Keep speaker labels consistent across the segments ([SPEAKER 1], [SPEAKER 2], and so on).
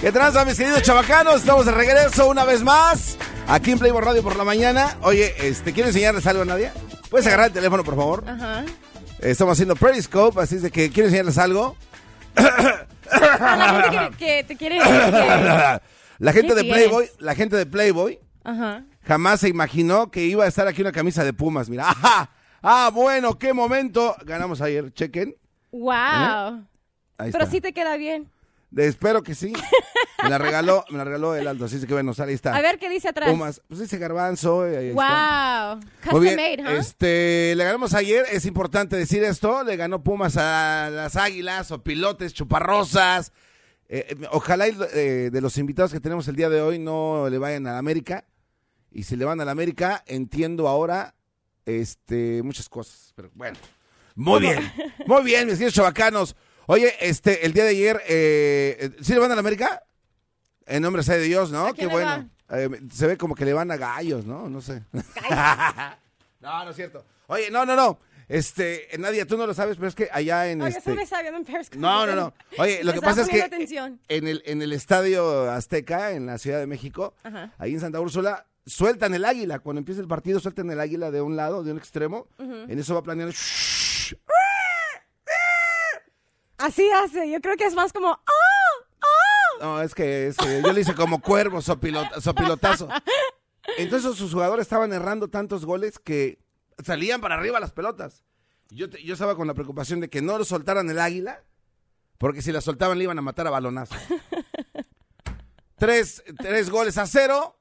[SPEAKER 1] ¿Qué tranza, mis queridos chavacanos? Estamos de regreso una vez más. Aquí en Playboy Radio por la mañana. Oye, este, quiero enseñarles algo a Nadia. ¿Puedes agarrar el teléfono, por favor?
[SPEAKER 2] Uh-huh.
[SPEAKER 3] Ajá.
[SPEAKER 1] Eh, Estamos haciendo Periscope, así es de que quiero enseñarles algo.
[SPEAKER 3] A la gente que, que te quiere decir que-
[SPEAKER 1] La gente
[SPEAKER 3] ¿Qué
[SPEAKER 1] de
[SPEAKER 3] tienes?
[SPEAKER 1] Playboy, la gente de Playboy ¿Eh?
[SPEAKER 3] Ajá.
[SPEAKER 1] jamás se imaginó que iba a estar aquí una camisa de Pumas. Mira, ¡ajá! Ah, bueno, qué momento. Ganamos ayer, chequen.
[SPEAKER 3] Wow.
[SPEAKER 1] Ahí
[SPEAKER 3] Pero
[SPEAKER 1] está.
[SPEAKER 3] sí te queda bien.
[SPEAKER 1] De- espero que sí. Me la regaló, me la regaló el alto, así es que bueno, sale, ahí está.
[SPEAKER 3] A ver qué dice atrás.
[SPEAKER 1] Pumas, pues dice garbanzo. ahí- ahí está.
[SPEAKER 3] Wow.
[SPEAKER 1] Muy
[SPEAKER 3] Custom
[SPEAKER 1] bien,
[SPEAKER 3] made, ¿huh?
[SPEAKER 1] este, le ganamos ayer, es importante decir esto, le ganó Pumas a las Águilas o Pilotes, Chuparrosas. Eh, eh, ojalá y lo- eh, de los invitados que tenemos el día de hoy no le vayan a la América. Y si le van a la América, entiendo ahora este, muchas cosas. Pero bueno, muy bien, muy bien, mis queridos chavacanos. Oye, este, el día de ayer, eh, eh, ¿sí le van a la América? En nombre sea de Dios, ¿no?
[SPEAKER 3] ¿A
[SPEAKER 1] Qué
[SPEAKER 3] quién le
[SPEAKER 1] bueno. Eh, se ve como que le van a gallos, ¿no? No sé. Ah, No, no es cierto. Oye, no, no, no. Este, eh, Nadia, tú no lo sabes, pero es que allá en
[SPEAKER 3] Oh, ya
[SPEAKER 1] este.
[SPEAKER 3] se me está viendo en Periscope.
[SPEAKER 1] No, no, no. Oye,
[SPEAKER 3] Me
[SPEAKER 1] lo que
[SPEAKER 3] estaba
[SPEAKER 1] pasa es que
[SPEAKER 3] poniendo atención.
[SPEAKER 1] en el, en el estadio Azteca, en la Ciudad de México,
[SPEAKER 3] Ajá.
[SPEAKER 1] ahí en Santa Úrsula, sueltan el águila. Cuando empieza el partido, sueltan el águila de un lado, de un extremo. En eso va planeando.
[SPEAKER 3] Así hace. Yo creo que es más como. ¡Oh! ¡Oh!
[SPEAKER 1] No, es que, es que yo le hice como cuervo, sopilota- sopilotazo. Entonces sus jugadores estaban errando tantos goles que salían para arriba las pelotas. Yo, te- yo estaba con la preocupación de que no lo soltaran el águila, porque si la soltaban le iban a matar a balonazo. tres, tres goles a cero.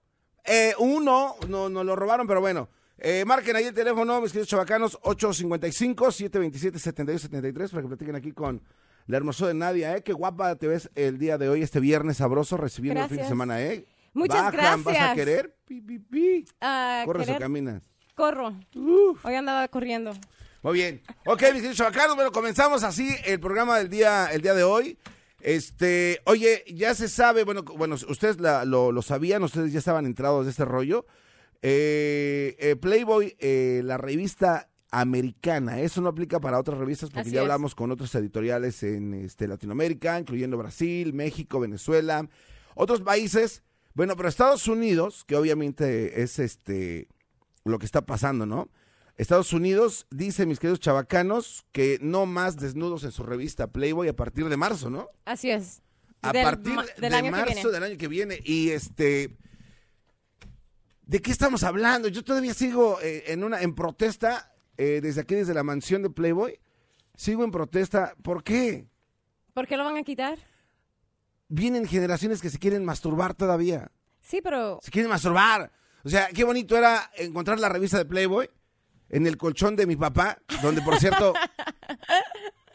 [SPEAKER 1] Eh, uno, no, no lo robaron, pero bueno. Eh, marquen ahí el teléfono, mis queridos chavacanos, 855-727-7273, para que platiquen aquí con la hermosura de Nadia, ¿eh? Qué guapa te ves el día de hoy, este viernes sabroso, recibiendo el fin de
[SPEAKER 3] Gracias.
[SPEAKER 1] semana, ¿eh?
[SPEAKER 3] Muchas
[SPEAKER 1] Bajan, ¿Vas a
[SPEAKER 3] gracias.
[SPEAKER 1] querer? Pi, pi, pi.
[SPEAKER 3] Ah,
[SPEAKER 1] Corres o
[SPEAKER 3] querer-
[SPEAKER 1] caminas.
[SPEAKER 3] Corro. Hoy andaba corriendo.
[SPEAKER 1] Muy bien. Ok, mis queridos chavacanos, bueno, comenzamos así el programa del día, el día de hoy. Este, oye, ya se sabe, bueno, cu- bueno, ustedes la- lo, lo sabían, ustedes ya estaban entrados de este rollo. Eh, eh, Playboy, eh, la revista americana, eso no aplica para otras revistas porque
[SPEAKER 3] Así
[SPEAKER 1] ya
[SPEAKER 3] es.
[SPEAKER 1] hablamos con otros editoriales en este, Latinoamérica, incluyendo Brasil, México, Venezuela, otros países. Bueno, pero Estados Unidos, que obviamente es este lo que está pasando, ¿no? Estados Unidos dice, mis queridos chavacanos, que no más desnudos en su revista Playboy a partir de marzo, ¿no?
[SPEAKER 3] Así es.
[SPEAKER 1] A
[SPEAKER 3] Del
[SPEAKER 1] partir
[SPEAKER 3] ma-
[SPEAKER 1] de marzo del año que viene. Y este. ¿De qué estamos hablando? Yo todavía sigo eh, en una en protesta eh, desde aquí, desde la mansión de Playboy. Sigo en protesta. ¿Por qué?
[SPEAKER 3] ¿Por qué lo van a quitar?
[SPEAKER 1] Vienen generaciones que se quieren masturbar todavía.
[SPEAKER 3] Sí, pero.
[SPEAKER 1] Se quieren masturbar. O sea, qué bonito era encontrar la revista de Playboy en el colchón de mi papá, donde por cierto,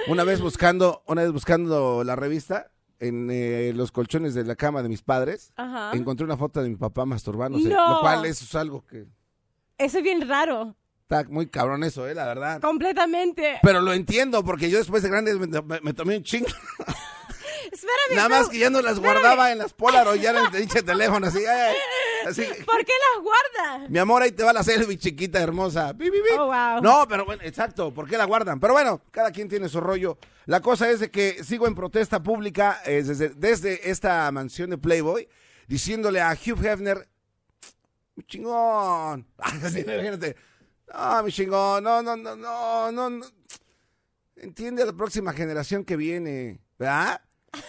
[SPEAKER 1] una vez buscando, una vez buscando la revista en eh, los colchones de la cama de mis padres,
[SPEAKER 3] Ajá.
[SPEAKER 1] encontré una foto de mi papá masturbándose,
[SPEAKER 3] No.
[SPEAKER 1] lo cual eso es algo que
[SPEAKER 3] Eso es bien raro.
[SPEAKER 1] está muy cabrón eso, eh, la verdad.
[SPEAKER 3] Completamente.
[SPEAKER 1] Pero lo entiendo porque yo después de grande me, me- me tomé un chingo.
[SPEAKER 3] Espérame.
[SPEAKER 1] Nada más
[SPEAKER 3] pero-
[SPEAKER 1] que ya no las guardaba en las Polaroid, ya en el pinche teléfono así, eh, así.
[SPEAKER 3] ¿Por qué las guardas?
[SPEAKER 1] Mi amor, ahí te va la selfie chiquita hermosa. Pi, pi, pi.
[SPEAKER 3] Oh, wow.
[SPEAKER 1] No, pero bueno, exacto, ¿por qué la guardan? Pero bueno, cada quien tiene su rollo. La cosa es de que sigo en protesta pública eh, desde, desde esta mansión de Playboy, diciéndole a Hugh Hefner, mi chingón. Así, imagínate. No, mi chingón, no, no, no, no, no, no. Entiende a la próxima generación que viene, ¿verdad?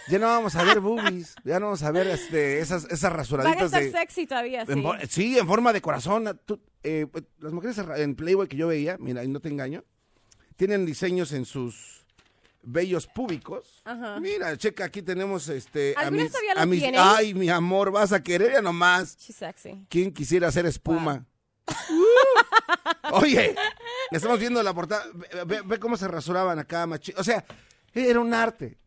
[SPEAKER 1] Ya no vamos a ver boobies, ya no vamos a ver este, esas, esas
[SPEAKER 3] Van a
[SPEAKER 1] rasuraditas
[SPEAKER 3] estar
[SPEAKER 1] de...
[SPEAKER 3] sexy todavía, sí.
[SPEAKER 1] En eh, for- sí, en forma de corazón. a- tú- eh, pues, las mujeres arra- en Playboy que yo veía, mira, y no te engaño, tienen diseños en sus bellos públicos.
[SPEAKER 3] Ajá.
[SPEAKER 1] Mira, checa, aquí tenemos este.
[SPEAKER 3] Algunas todavía Ah. lo
[SPEAKER 1] a mis-
[SPEAKER 3] tienen.
[SPEAKER 1] Ay, mi amor, vas a querer ya nomás.
[SPEAKER 3] She's sexy.
[SPEAKER 1] ¿Quién quisiera hacer espuma? Uh. Oye, estamos viendo la portada. Ve, ve- ve cómo se rasuraban acá, machi. O sea, era un arte.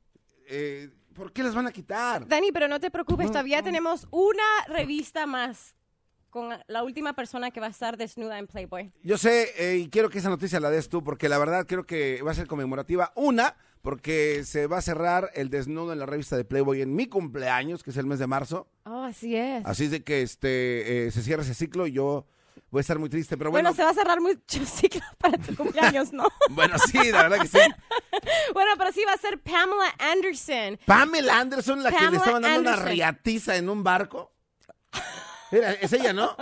[SPEAKER 1] Eh, ¿Por qué las van a quitar?
[SPEAKER 3] Dani, pero no te
[SPEAKER 1] Mm,
[SPEAKER 3] preocupes, todavía tenemos una revista más con la última persona que va a estar desnuda en Playboy.
[SPEAKER 1] Yo sé, eh, y quiero que esa noticia la des tú, porque la verdad creo que va a ser conmemorativa. Una, porque se va a cerrar el desnudo en la revista de Playboy en mi cumpleaños, que es el mes de marzo.
[SPEAKER 3] Oh, así es.
[SPEAKER 1] Así es de que este eh, se cierra ese ciclo y yo voy a estar muy triste. Pero
[SPEAKER 3] bueno,
[SPEAKER 1] bueno,
[SPEAKER 3] se va a cerrar mucho ciclo para tu cumpleaños, ¿no?
[SPEAKER 1] bueno, sí, la verdad que sí.
[SPEAKER 3] Bueno, pero sí va a ser Pamela Anderson.
[SPEAKER 1] Pamela Anderson, la que le
[SPEAKER 3] Pamela
[SPEAKER 1] estaban dando una
[SPEAKER 3] Anderson.
[SPEAKER 1] riatiza en un barco. Era, es ella, ¿no?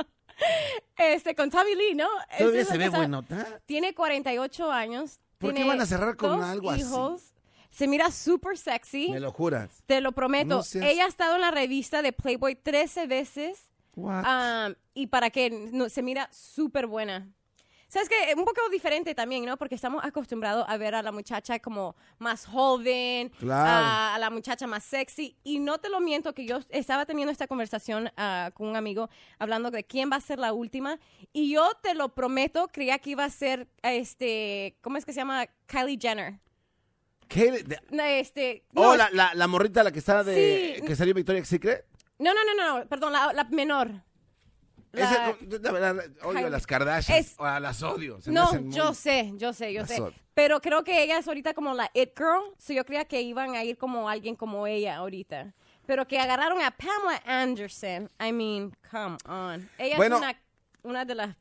[SPEAKER 3] Este, con Tommy Lee, ¿no? Esa
[SPEAKER 1] Todavía
[SPEAKER 3] es
[SPEAKER 1] se
[SPEAKER 3] la
[SPEAKER 1] ve
[SPEAKER 3] que sa-
[SPEAKER 1] buenota.
[SPEAKER 3] Tiene 48 años.
[SPEAKER 1] ¿Por qué
[SPEAKER 3] tiene
[SPEAKER 1] van a cerrar con
[SPEAKER 3] dos
[SPEAKER 1] algo así?
[SPEAKER 3] hijos, Se mira súper sexy.
[SPEAKER 1] Me lo juras.
[SPEAKER 3] Te lo prometo.
[SPEAKER 1] No seas-
[SPEAKER 3] Ella ha estado en la revista de Playboy 13 veces.
[SPEAKER 1] What?
[SPEAKER 3] um, y para que no- se mira súper buena. Sabes que un poco diferente también, ¿no? Porque estamos acostumbrados a ver a la muchacha como más joven,
[SPEAKER 1] Claro.
[SPEAKER 3] a, a la muchacha más sexy. Y no te lo miento que yo estaba teniendo esta conversación ah, con un amigo hablando de quién va a ser la última. Y yo te lo prometo, creía que iba a ser, este, ¿cómo es que se llama? Kylie Jenner.
[SPEAKER 1] ¿Qué le- de-
[SPEAKER 3] No, este, no,
[SPEAKER 1] oh, la, la, la morrita, la que está de.
[SPEAKER 3] Sí.
[SPEAKER 1] que salió Victoria's Secret.
[SPEAKER 3] no, no, no, no, perdón, la, la menor. La-
[SPEAKER 1] Ese- no, la verdad, odio a
[SPEAKER 3] Kylie.
[SPEAKER 1] las Kardashians.
[SPEAKER 3] Es-
[SPEAKER 1] o a las odio. se me
[SPEAKER 3] No,
[SPEAKER 1] hacen muy-
[SPEAKER 3] yo sé, yo sé, yo sé.
[SPEAKER 1] Razón.
[SPEAKER 3] Pero creo que ella es ahorita como la it girl, so yo creía que iban a ir como alguien como ella ahorita. Pero que agarraron a Pamela Anderson, I mean, come on. Ella
[SPEAKER 1] Bueno.
[SPEAKER 3] es una, una de las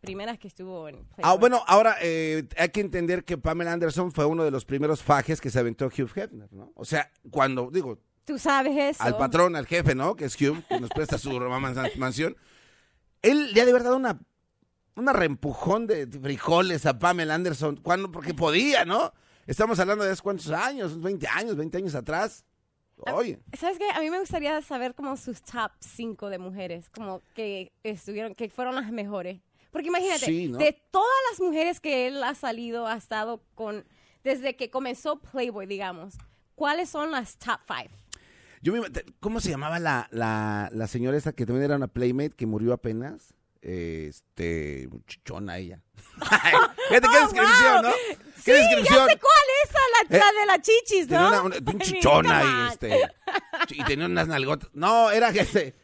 [SPEAKER 3] primeras que estuvo en Playboy.
[SPEAKER 1] Ah, bueno, ahora eh, hay que entender que Pamela Anderson fue uno de los primeros fajes que se aventó Hugh Hefner, ¿no? O sea, cuando, digo,
[SPEAKER 3] Tú sabes eso.
[SPEAKER 1] al patrón, al jefe, ¿no? Que es Hugh, que nos presta su man- mansión. Él le ha de verdad dado una, una reempujón de frijoles a Pamela Anderson, cuando, porque podía, ¿no? Estamos hablando de hace cuántos años, unos 20 años, 20 años atrás.
[SPEAKER 3] Ah,
[SPEAKER 1] Oye,
[SPEAKER 3] ¿Sabes qué? A mí me gustaría saber como sus top 5 de mujeres, como que estuvieron, que fueron las mejores. Porque imagínate,
[SPEAKER 1] Sí, ¿no?
[SPEAKER 3] de todas las mujeres que él ha salido, ha estado con, desde que comenzó Playboy, digamos, ¿cuáles son las top 5?
[SPEAKER 1] yo me, te- ¿cómo se llamaba la, la, la señora esa que también era una playmate que murió apenas? Este, chichona ella. Fíjate qué
[SPEAKER 3] Oh,
[SPEAKER 1] descripción,
[SPEAKER 3] wow.
[SPEAKER 1] ¿no?
[SPEAKER 3] Sí,
[SPEAKER 1] ¿Qué
[SPEAKER 3] ya
[SPEAKER 1] descripción?
[SPEAKER 3] sé cuál es esa, la, la de las chichis,
[SPEAKER 1] Tenía
[SPEAKER 3] ¿no?
[SPEAKER 1] una, una- un
[SPEAKER 3] I mean,
[SPEAKER 1] chichona
[SPEAKER 3] come on.
[SPEAKER 1] y este. chi- Y tenía unas nalgotas. No, era que este,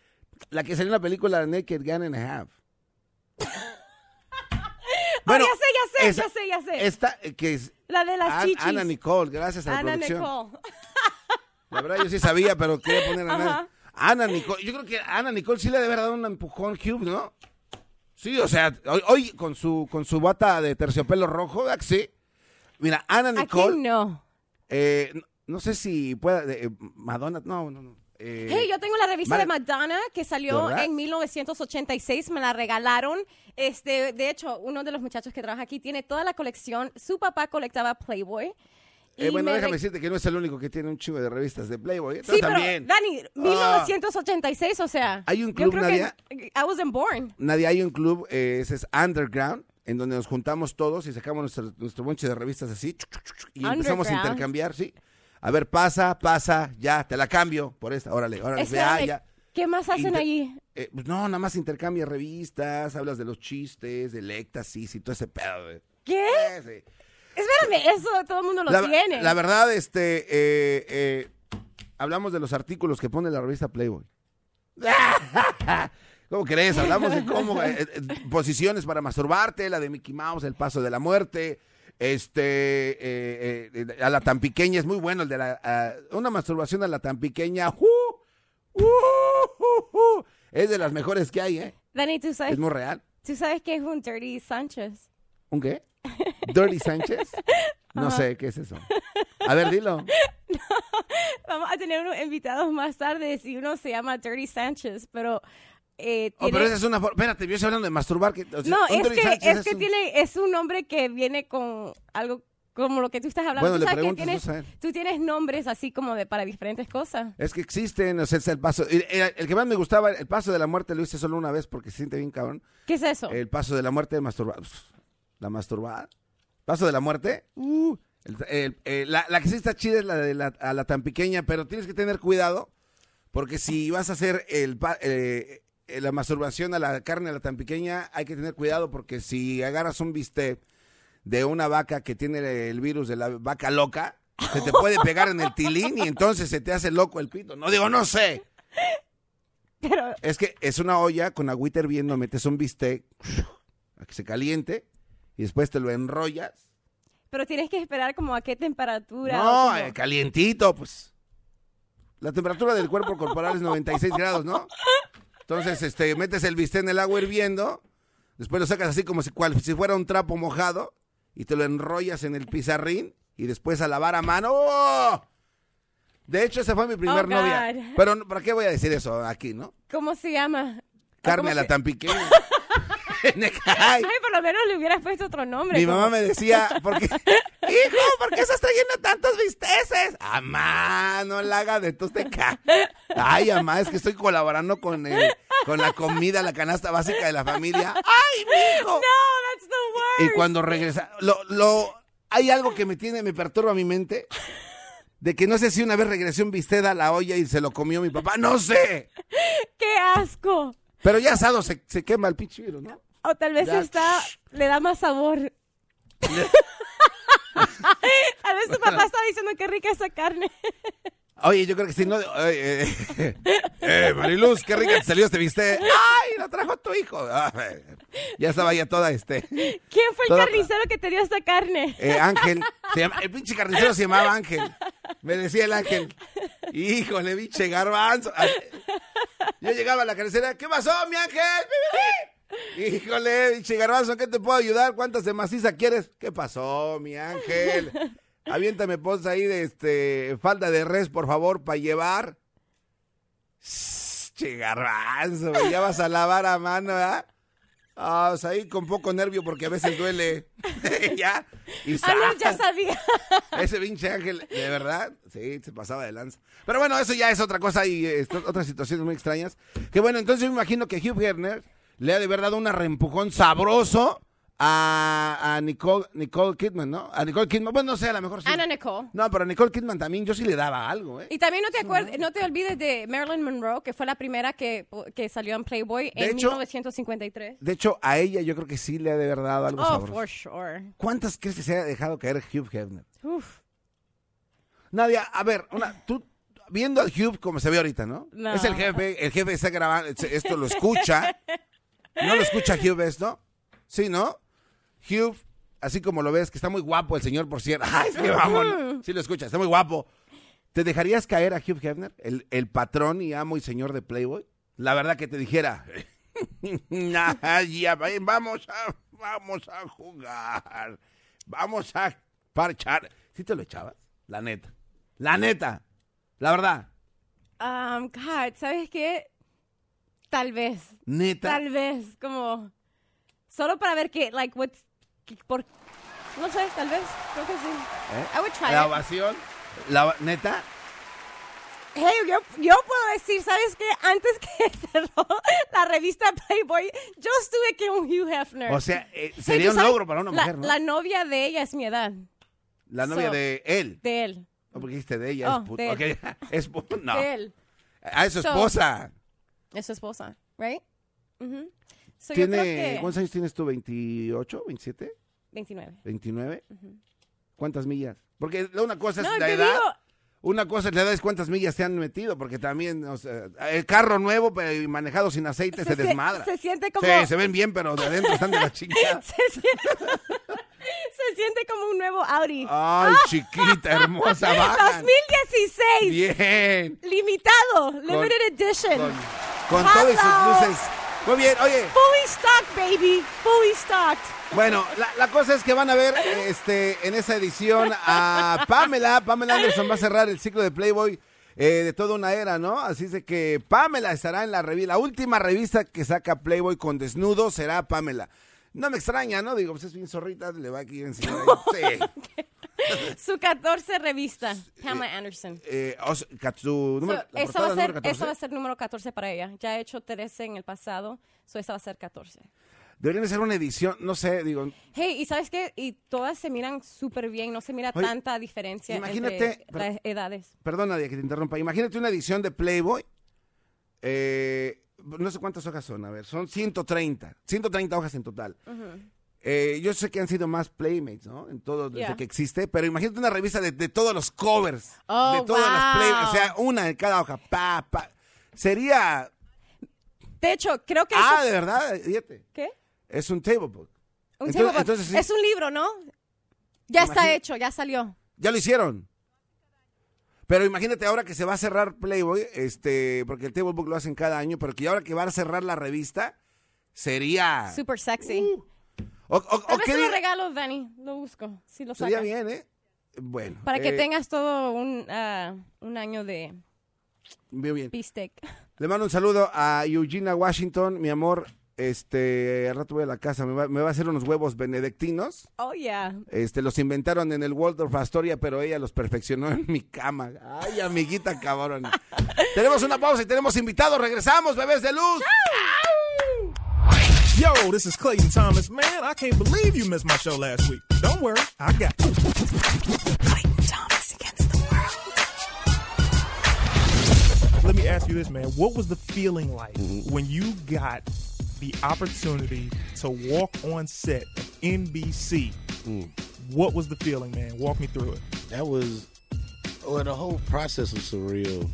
[SPEAKER 1] la que salió en la película Naked Gun and a Half.
[SPEAKER 3] Oh, ya sé, ya sé,
[SPEAKER 1] esa-
[SPEAKER 3] ya sé, ya sé.
[SPEAKER 1] Esta eh, que es
[SPEAKER 3] la pues, de las
[SPEAKER 1] An-
[SPEAKER 3] chichis.
[SPEAKER 1] Ana Nicole, gracias a la
[SPEAKER 3] Ana
[SPEAKER 1] producción.
[SPEAKER 3] Nicole.
[SPEAKER 1] La verdad yo sí sabía, pero quería poner a
[SPEAKER 3] Ajá.
[SPEAKER 1] nadie. Ana Nicole, yo creo que a Ana Nicole sí le ha de haber dado un empujón Cube, ¿no? Sí, o sea, hoy, hoy con su con su bata de terciopelo rojo, ¿verdad que sí? Mira, Ana
[SPEAKER 3] ¿A
[SPEAKER 1] Nicole,
[SPEAKER 3] quién no?
[SPEAKER 1] eh, no, no sé si pueda, eh, Madonna, no, no, no. eh,
[SPEAKER 3] Hey, yo tengo la revista
[SPEAKER 1] Vale.
[SPEAKER 3] de Madonna que salió
[SPEAKER 1] ¿Verdad?
[SPEAKER 3] en 1986, me la regalaron. Este, de hecho, uno de los muchachos que trabaja aquí tiene toda la colección. Su papá colectaba Playboy.
[SPEAKER 1] Eh,
[SPEAKER 3] y
[SPEAKER 1] bueno,
[SPEAKER 3] me
[SPEAKER 1] déjame
[SPEAKER 3] re-
[SPEAKER 1] decirte que no es el único que tiene un chivo de revistas de Playboy. ¿eh? Tú
[SPEAKER 3] Sí, pero,
[SPEAKER 1] también.
[SPEAKER 3] Dani,
[SPEAKER 1] Ah.
[SPEAKER 3] 1986, o sea.
[SPEAKER 1] Hay un
[SPEAKER 3] yo
[SPEAKER 1] club,
[SPEAKER 3] creo
[SPEAKER 1] Nadia.
[SPEAKER 3] que I wasn't born.
[SPEAKER 1] Nadie, hay un club, eh, ese es Underground, en donde nos juntamos todos y sacamos nuestro, nuestro bonche de revistas así chuc, chuc, chuc, y empezamos a
[SPEAKER 3] Underground.
[SPEAKER 1] intercambiar, ¿sí? A ver, pasa, pasa, ya, te la cambio por esta, órale, órale, vea,
[SPEAKER 3] Espérame,
[SPEAKER 1] ya.
[SPEAKER 3] ¿Qué más hacen
[SPEAKER 1] Inter-
[SPEAKER 3] allí?
[SPEAKER 1] Eh, pues no, nada más intercambia revistas, hablas de los chistes, de éxtasis y todo ese pedo. eh.
[SPEAKER 3] ¿Qué?
[SPEAKER 1] Eh, sí.
[SPEAKER 3] Espérame, eso todo el mundo lo
[SPEAKER 1] la,
[SPEAKER 3] tiene.
[SPEAKER 1] la verdad, este, eh, eh, hablamos de los artículos que pone la revista Playboy. ¿Cómo crees? Hablamos de cómo eh, eh, posiciones para masturbarte, la de Mickey Mouse, el paso de la muerte. Este, eh, eh, eh, a la tan pequeña es muy bueno el de la, ah, una masturbación a la tan pequeña. ¡ju! ¡Uh! ¡ju! ¡ju! Es de las mejores que hay, ¿eh?
[SPEAKER 3] Dani, ¿tú sabes,
[SPEAKER 1] Es muy real.
[SPEAKER 3] ¿tú sabes qué es un Dirty Sánchez?
[SPEAKER 1] ¿Un qué? ¿Dirty Sánchez? No
[SPEAKER 3] Ajá.
[SPEAKER 1] sé, ¿qué es eso? A ver, dilo.
[SPEAKER 3] Vamos a tener unos invitados más tarde si uno se llama Dirty Sanchez, pero... eh,
[SPEAKER 1] Oh, pero
[SPEAKER 3] tiene-
[SPEAKER 1] esa es una forma. Espérate, yo estoy hablando de masturbar. Que, o sea,
[SPEAKER 3] No,
[SPEAKER 1] un
[SPEAKER 3] es
[SPEAKER 1] Dirty
[SPEAKER 3] que,
[SPEAKER 1] Sanchez
[SPEAKER 3] es que
[SPEAKER 1] un-
[SPEAKER 3] tiene, es un nombre que viene con algo como lo que tú estás hablando.
[SPEAKER 1] Bueno,
[SPEAKER 3] tú
[SPEAKER 1] le
[SPEAKER 3] sabes que
[SPEAKER 1] preguntas,
[SPEAKER 3] tienes,
[SPEAKER 1] tú sabes.
[SPEAKER 3] tú tienes nombres así como de para diferentes cosas.
[SPEAKER 1] Es que existen, o sea, es el paso. El, el- el que más me gustaba, el paso de la muerte, lo hice solo una vez porque se siente bien cabrón.
[SPEAKER 3] ¿Qué es eso?
[SPEAKER 1] El paso de la muerte, masturbar. La masturbada. Paso de la muerte. uh, el- el- el- la, la que sí está chida es la de la, a la tan pequeña, pero tienes que tener cuidado porque si vas a hacer el, pa- eh, eh, la masturbación a la carne a la tan pequeña, hay que tener cuidado porque si agarras un bistec de una vaca que tiene el virus de la vaca loca, se te puede pegar en el tilín y entonces se te hace loco el pito. No digo, no sé.
[SPEAKER 3] Pero,
[SPEAKER 1] Es que es una olla con agüita hirviendo, metes un bistec a que se caliente y después te lo enrollas.
[SPEAKER 3] pero tienes que esperar como a qué temperatura. o
[SPEAKER 1] No,
[SPEAKER 3] como-
[SPEAKER 1] eh, calientito, pues. La temperatura del cuerpo corporal es 96 grados, ¿no? Entonces, este, metes el bistec en el agua hirviendo, después lo sacas así como si, cual- si fuera un trapo mojado y te lo enrollas en el pizarrín y después a lavar a mano. ¡Oh! De hecho, esa fue mi primer
[SPEAKER 3] Oh,
[SPEAKER 1] novia.
[SPEAKER 3] God.
[SPEAKER 1] Pero, ¿para qué voy a decir eso aquí, no?
[SPEAKER 3] ¿Cómo se llama?
[SPEAKER 1] Carne a
[SPEAKER 3] ¿Cómo
[SPEAKER 1] la
[SPEAKER 3] se-
[SPEAKER 1] tampiqueña. Necay.
[SPEAKER 3] Ay, por lo menos le hubieras puesto otro nombre.
[SPEAKER 1] Mi
[SPEAKER 3] como-
[SPEAKER 1] mamá me decía, ¿por qué? Hijo, ¿por qué estás trayendo tantos bisteces? Amá, no la haga de tosteca. Ay, amá, es que estoy colaborando con, el- con la comida, la canasta básica de la familia. ¡Ay, mijo!
[SPEAKER 3] No, that's the
[SPEAKER 1] Y
[SPEAKER 3] worst.
[SPEAKER 1] cuando regresa, lo, lo, hay algo que me tiene, me perturba mi mente, de que no sé si una vez regresé un bistec a la olla y se lo comió mi papá, no sé.
[SPEAKER 3] ¡Qué asco!
[SPEAKER 1] Pero ya asado se, se quema el pichiro, ¿no?
[SPEAKER 3] O tal vez
[SPEAKER 1] Ya.
[SPEAKER 3] está, le da más sabor. A veces papá está diciendo qué rica esa carne.
[SPEAKER 1] Oye, yo creo que si no. oye, eh, eh, Mariluz, qué rica te salió este viste. ¡Ay, lo trajo tu hijo! Ah, eh, ya estaba ya toda este.
[SPEAKER 3] ¿Quién fue el
[SPEAKER 1] Toda-
[SPEAKER 3] carnicero que te dio esta carne?
[SPEAKER 1] eh, Ángel. se llama- el pinche carnicero se llamaba Ángel. Me decía el Ángel. Híjole, pinche garbanzo. Ah, Yo llegaba a la carnicera. ¿Qué pasó, mi Ángel? Híjole, pinche garbanzo, ¿qué te puedo ayudar? ¿Cuántas de maciza quieres? ¿Qué pasó, mi Ángel? Aviéntame pos ahí de este falda de res, por favor, para llevar. Sss, Che garbanzo, güey, ya vas a lavar a mano, ¿verdad? Ah, o sea, ahí con poco nervio porque a veces duele. ya. Y
[SPEAKER 3] Ah, no, ya
[SPEAKER 1] zas.
[SPEAKER 3] sabía.
[SPEAKER 1] Ese pinche ángel, de verdad, sí, se pasaba de lanza. Pero bueno, eso ya es otra cosa y este, otras situaciones muy extrañas. Que bueno, entonces yo me imagino que Hugh Hefner le ha de verdad dado un arrempujón sabroso a, a Nicole, Nicole Kidman, ¿no? A Nicole Kidman, bueno, no sé, a lo mejor sí.
[SPEAKER 3] Ana Nicole.
[SPEAKER 1] No, pero a Nicole Kidman también yo sí le daba algo, ¿eh?
[SPEAKER 3] Y también no te, acuer- no te olvides de Marilyn Monroe, que fue la primera que, que salió en Playboy
[SPEAKER 1] De
[SPEAKER 3] en
[SPEAKER 1] hecho-
[SPEAKER 3] 1953.
[SPEAKER 1] De hecho, a ella yo creo que sí le ha de verdad dado algo
[SPEAKER 3] Oh,
[SPEAKER 1] sabroso.
[SPEAKER 3] for sure.
[SPEAKER 1] ¿Cuántas crees que se ha dejado caer Hugh Hefner?
[SPEAKER 3] Uf.
[SPEAKER 1] Nadia, a ver, una, tú viendo al Hugh como se ve ahorita, ¿no?
[SPEAKER 3] No.
[SPEAKER 1] Es el jefe, el jefe está grabando, se- esto lo escucha. ¿No lo escucha Hugh esto? Sí, ¿no? Hugh, así como lo ves, que está muy guapo el señor, por cierto. Ay, es que vámonos. Sí lo escucha, está muy guapo. ¿Te dejarías caer a Hugh Hefner, el, el patrón y amo y señor de Playboy? La verdad que te dijera, Nadia, ven, vamos a, vamos a jugar, vamos a parchar. ¿Sí te lo echabas? La neta, la neta, la verdad,
[SPEAKER 3] Um, God, ¿sabes qué? Tal vez.
[SPEAKER 1] neta.
[SPEAKER 3] Tal vez, como solo para ver qué, like, what, qué- por, no sé, tal vez, creo que sí.
[SPEAKER 1] ¿eh?
[SPEAKER 3] I would try
[SPEAKER 1] La
[SPEAKER 3] it.
[SPEAKER 1] ovación, la, neta.
[SPEAKER 3] Hey, yo, yo puedo decir, ¿sabes qué? Antes que cerró la revista Playboy, yo estuve que un Hugh Hefner.
[SPEAKER 1] O sea, eh,
[SPEAKER 3] Hey,
[SPEAKER 1] sería
[SPEAKER 3] ¿tú
[SPEAKER 1] un
[SPEAKER 3] sabes?
[SPEAKER 1] logro para una
[SPEAKER 3] La-
[SPEAKER 1] mujer, ¿no?
[SPEAKER 3] La
[SPEAKER 1] La,
[SPEAKER 3] novia de ella es mi edad,
[SPEAKER 1] novia
[SPEAKER 3] so-
[SPEAKER 1] de él.
[SPEAKER 3] de él,
[SPEAKER 1] No, porque dijiste de ella,
[SPEAKER 3] Oh,
[SPEAKER 1] es puta.
[SPEAKER 3] de él.
[SPEAKER 1] es pu- no.
[SPEAKER 3] de él,
[SPEAKER 1] A su
[SPEAKER 3] So-
[SPEAKER 1] esposa.
[SPEAKER 3] es su esposa, right? Ujú. So, yo creo
[SPEAKER 1] ¿Tiene,
[SPEAKER 3] que-
[SPEAKER 1] ¿Cuántos años tienes tú? ¿28? ¿27?
[SPEAKER 3] 29.
[SPEAKER 1] ¿29? ¿Cuántas millas? Porque una cosa es
[SPEAKER 3] No,
[SPEAKER 1] la
[SPEAKER 3] te
[SPEAKER 1] edad.
[SPEAKER 3] digo,
[SPEAKER 1] Una cosa es la edad es cuántas millas te han metido. Porque también, o sea, el carro nuevo pero y manejado sin aceite se,
[SPEAKER 3] sie-
[SPEAKER 1] desmadra.
[SPEAKER 3] se siente como...
[SPEAKER 1] Sí, se ven bien, pero de adentro están de la chingada.
[SPEAKER 3] Se siente, se siente como un nuevo Audi. Ah.
[SPEAKER 1] Ay, chiquita, hermosa, baja.
[SPEAKER 3] 2016.
[SPEAKER 1] Bien.
[SPEAKER 3] Limitado. Limited edition.
[SPEAKER 1] Con, con todo y sus
[SPEAKER 3] Hello.
[SPEAKER 1] luces. Muy bien, oye.
[SPEAKER 3] Fully stocked, baby. Fully stocked.
[SPEAKER 1] Bueno, la, la cosa es que van a ver este, en esa edición a Pamela. Pamela Anderson va a cerrar el ciclo de Playboy eh, de toda una era, ¿no? Así es de que Pamela estará en la revista. La última revista que saca Playboy con desnudo será Pamela. No me extraña, ¿no? Digo, pues es bien zorrita, le va a querer enseñar. ahí. Sí.
[SPEAKER 3] Su 14 revista. Pamela Anderson.
[SPEAKER 1] Eh, o sea, ca- su
[SPEAKER 3] So,
[SPEAKER 1] número, la
[SPEAKER 3] esa, va
[SPEAKER 1] portada
[SPEAKER 3] a ser,
[SPEAKER 1] número 14.
[SPEAKER 3] esa va a ser número 14 para ella. Ya he hecho 13 en el pasado, so esa va a ser 14.
[SPEAKER 1] Deberían hacer una edición, no sé, digo,
[SPEAKER 3] Hey, ¿y sabes qué? Y todas se miran súper bien, no se mira
[SPEAKER 1] Oye,
[SPEAKER 3] tanta diferencia
[SPEAKER 1] imagínate,
[SPEAKER 3] entre las edades.
[SPEAKER 1] Perdón, Nadia, que te interrumpa. Imagínate una edición de Playboy. eh, no sé cuántas hojas son, a ver, son 130. 130 hojas en total. Eh, yo sé que han sido más Playmates, ¿no? En todo desde
[SPEAKER 3] Yeah.
[SPEAKER 1] que existe, pero imagínate una revista de, de todos los covers.
[SPEAKER 3] Oh,
[SPEAKER 1] de todas las Playmates. O
[SPEAKER 3] wow.
[SPEAKER 1] sea, una en cada hoja. Pa, pa. Sería.
[SPEAKER 3] De hecho, creo que...
[SPEAKER 1] Ah,
[SPEAKER 3] eso-
[SPEAKER 1] de verdad, fíjate.
[SPEAKER 3] ¿Qué?
[SPEAKER 1] Es un table book.
[SPEAKER 3] Un
[SPEAKER 1] Entonces-
[SPEAKER 3] table book.
[SPEAKER 1] entonces sí.
[SPEAKER 3] Es un libro, ¿no? Ya
[SPEAKER 1] Imagina-
[SPEAKER 3] está hecho, ya salió.
[SPEAKER 1] Ya lo hicieron. Pero imagínate ahora que se va a cerrar Playboy, este, porque el Table Book lo hacen cada año, pero que ahora que va a cerrar la revista, sería.
[SPEAKER 3] Super sexy.
[SPEAKER 1] Uh. o, o- o
[SPEAKER 3] Tal vez
[SPEAKER 1] qué
[SPEAKER 3] se
[SPEAKER 1] di-
[SPEAKER 3] lo regalo, Dani. Lo busco, si lo
[SPEAKER 1] Sería
[SPEAKER 3] saca.
[SPEAKER 1] bien, ¿eh? Bueno.
[SPEAKER 3] Para que
[SPEAKER 1] eh,
[SPEAKER 3] tengas todo un, ah, un año de
[SPEAKER 1] Muy bien.
[SPEAKER 3] bistec.
[SPEAKER 1] Le mando un saludo a Eugenia Washington, mi amor. Este, al rato voy a la casa, me va, me va a hacer unos huevos benedictinos.
[SPEAKER 3] Oh, yeah.
[SPEAKER 1] Este, los inventaron en el Waldorf Astoria, pero ella los perfeccionó en mi cama. Ay, amiguita cabrón. tenemos una pausa y tenemos invitados. Regresamos, bebés de luz.
[SPEAKER 4] Yo, this is Clayton Thomas. Man, I can't believe you missed my show last week. Don't worry, I got you.
[SPEAKER 5] Clayton Thomas against the world.
[SPEAKER 4] Let me ask you this, man. What was the feeling like when you got the opportunity to walk on set of NBC? What was the feeling, man? Walk me through it.
[SPEAKER 6] that was well the whole process was surreal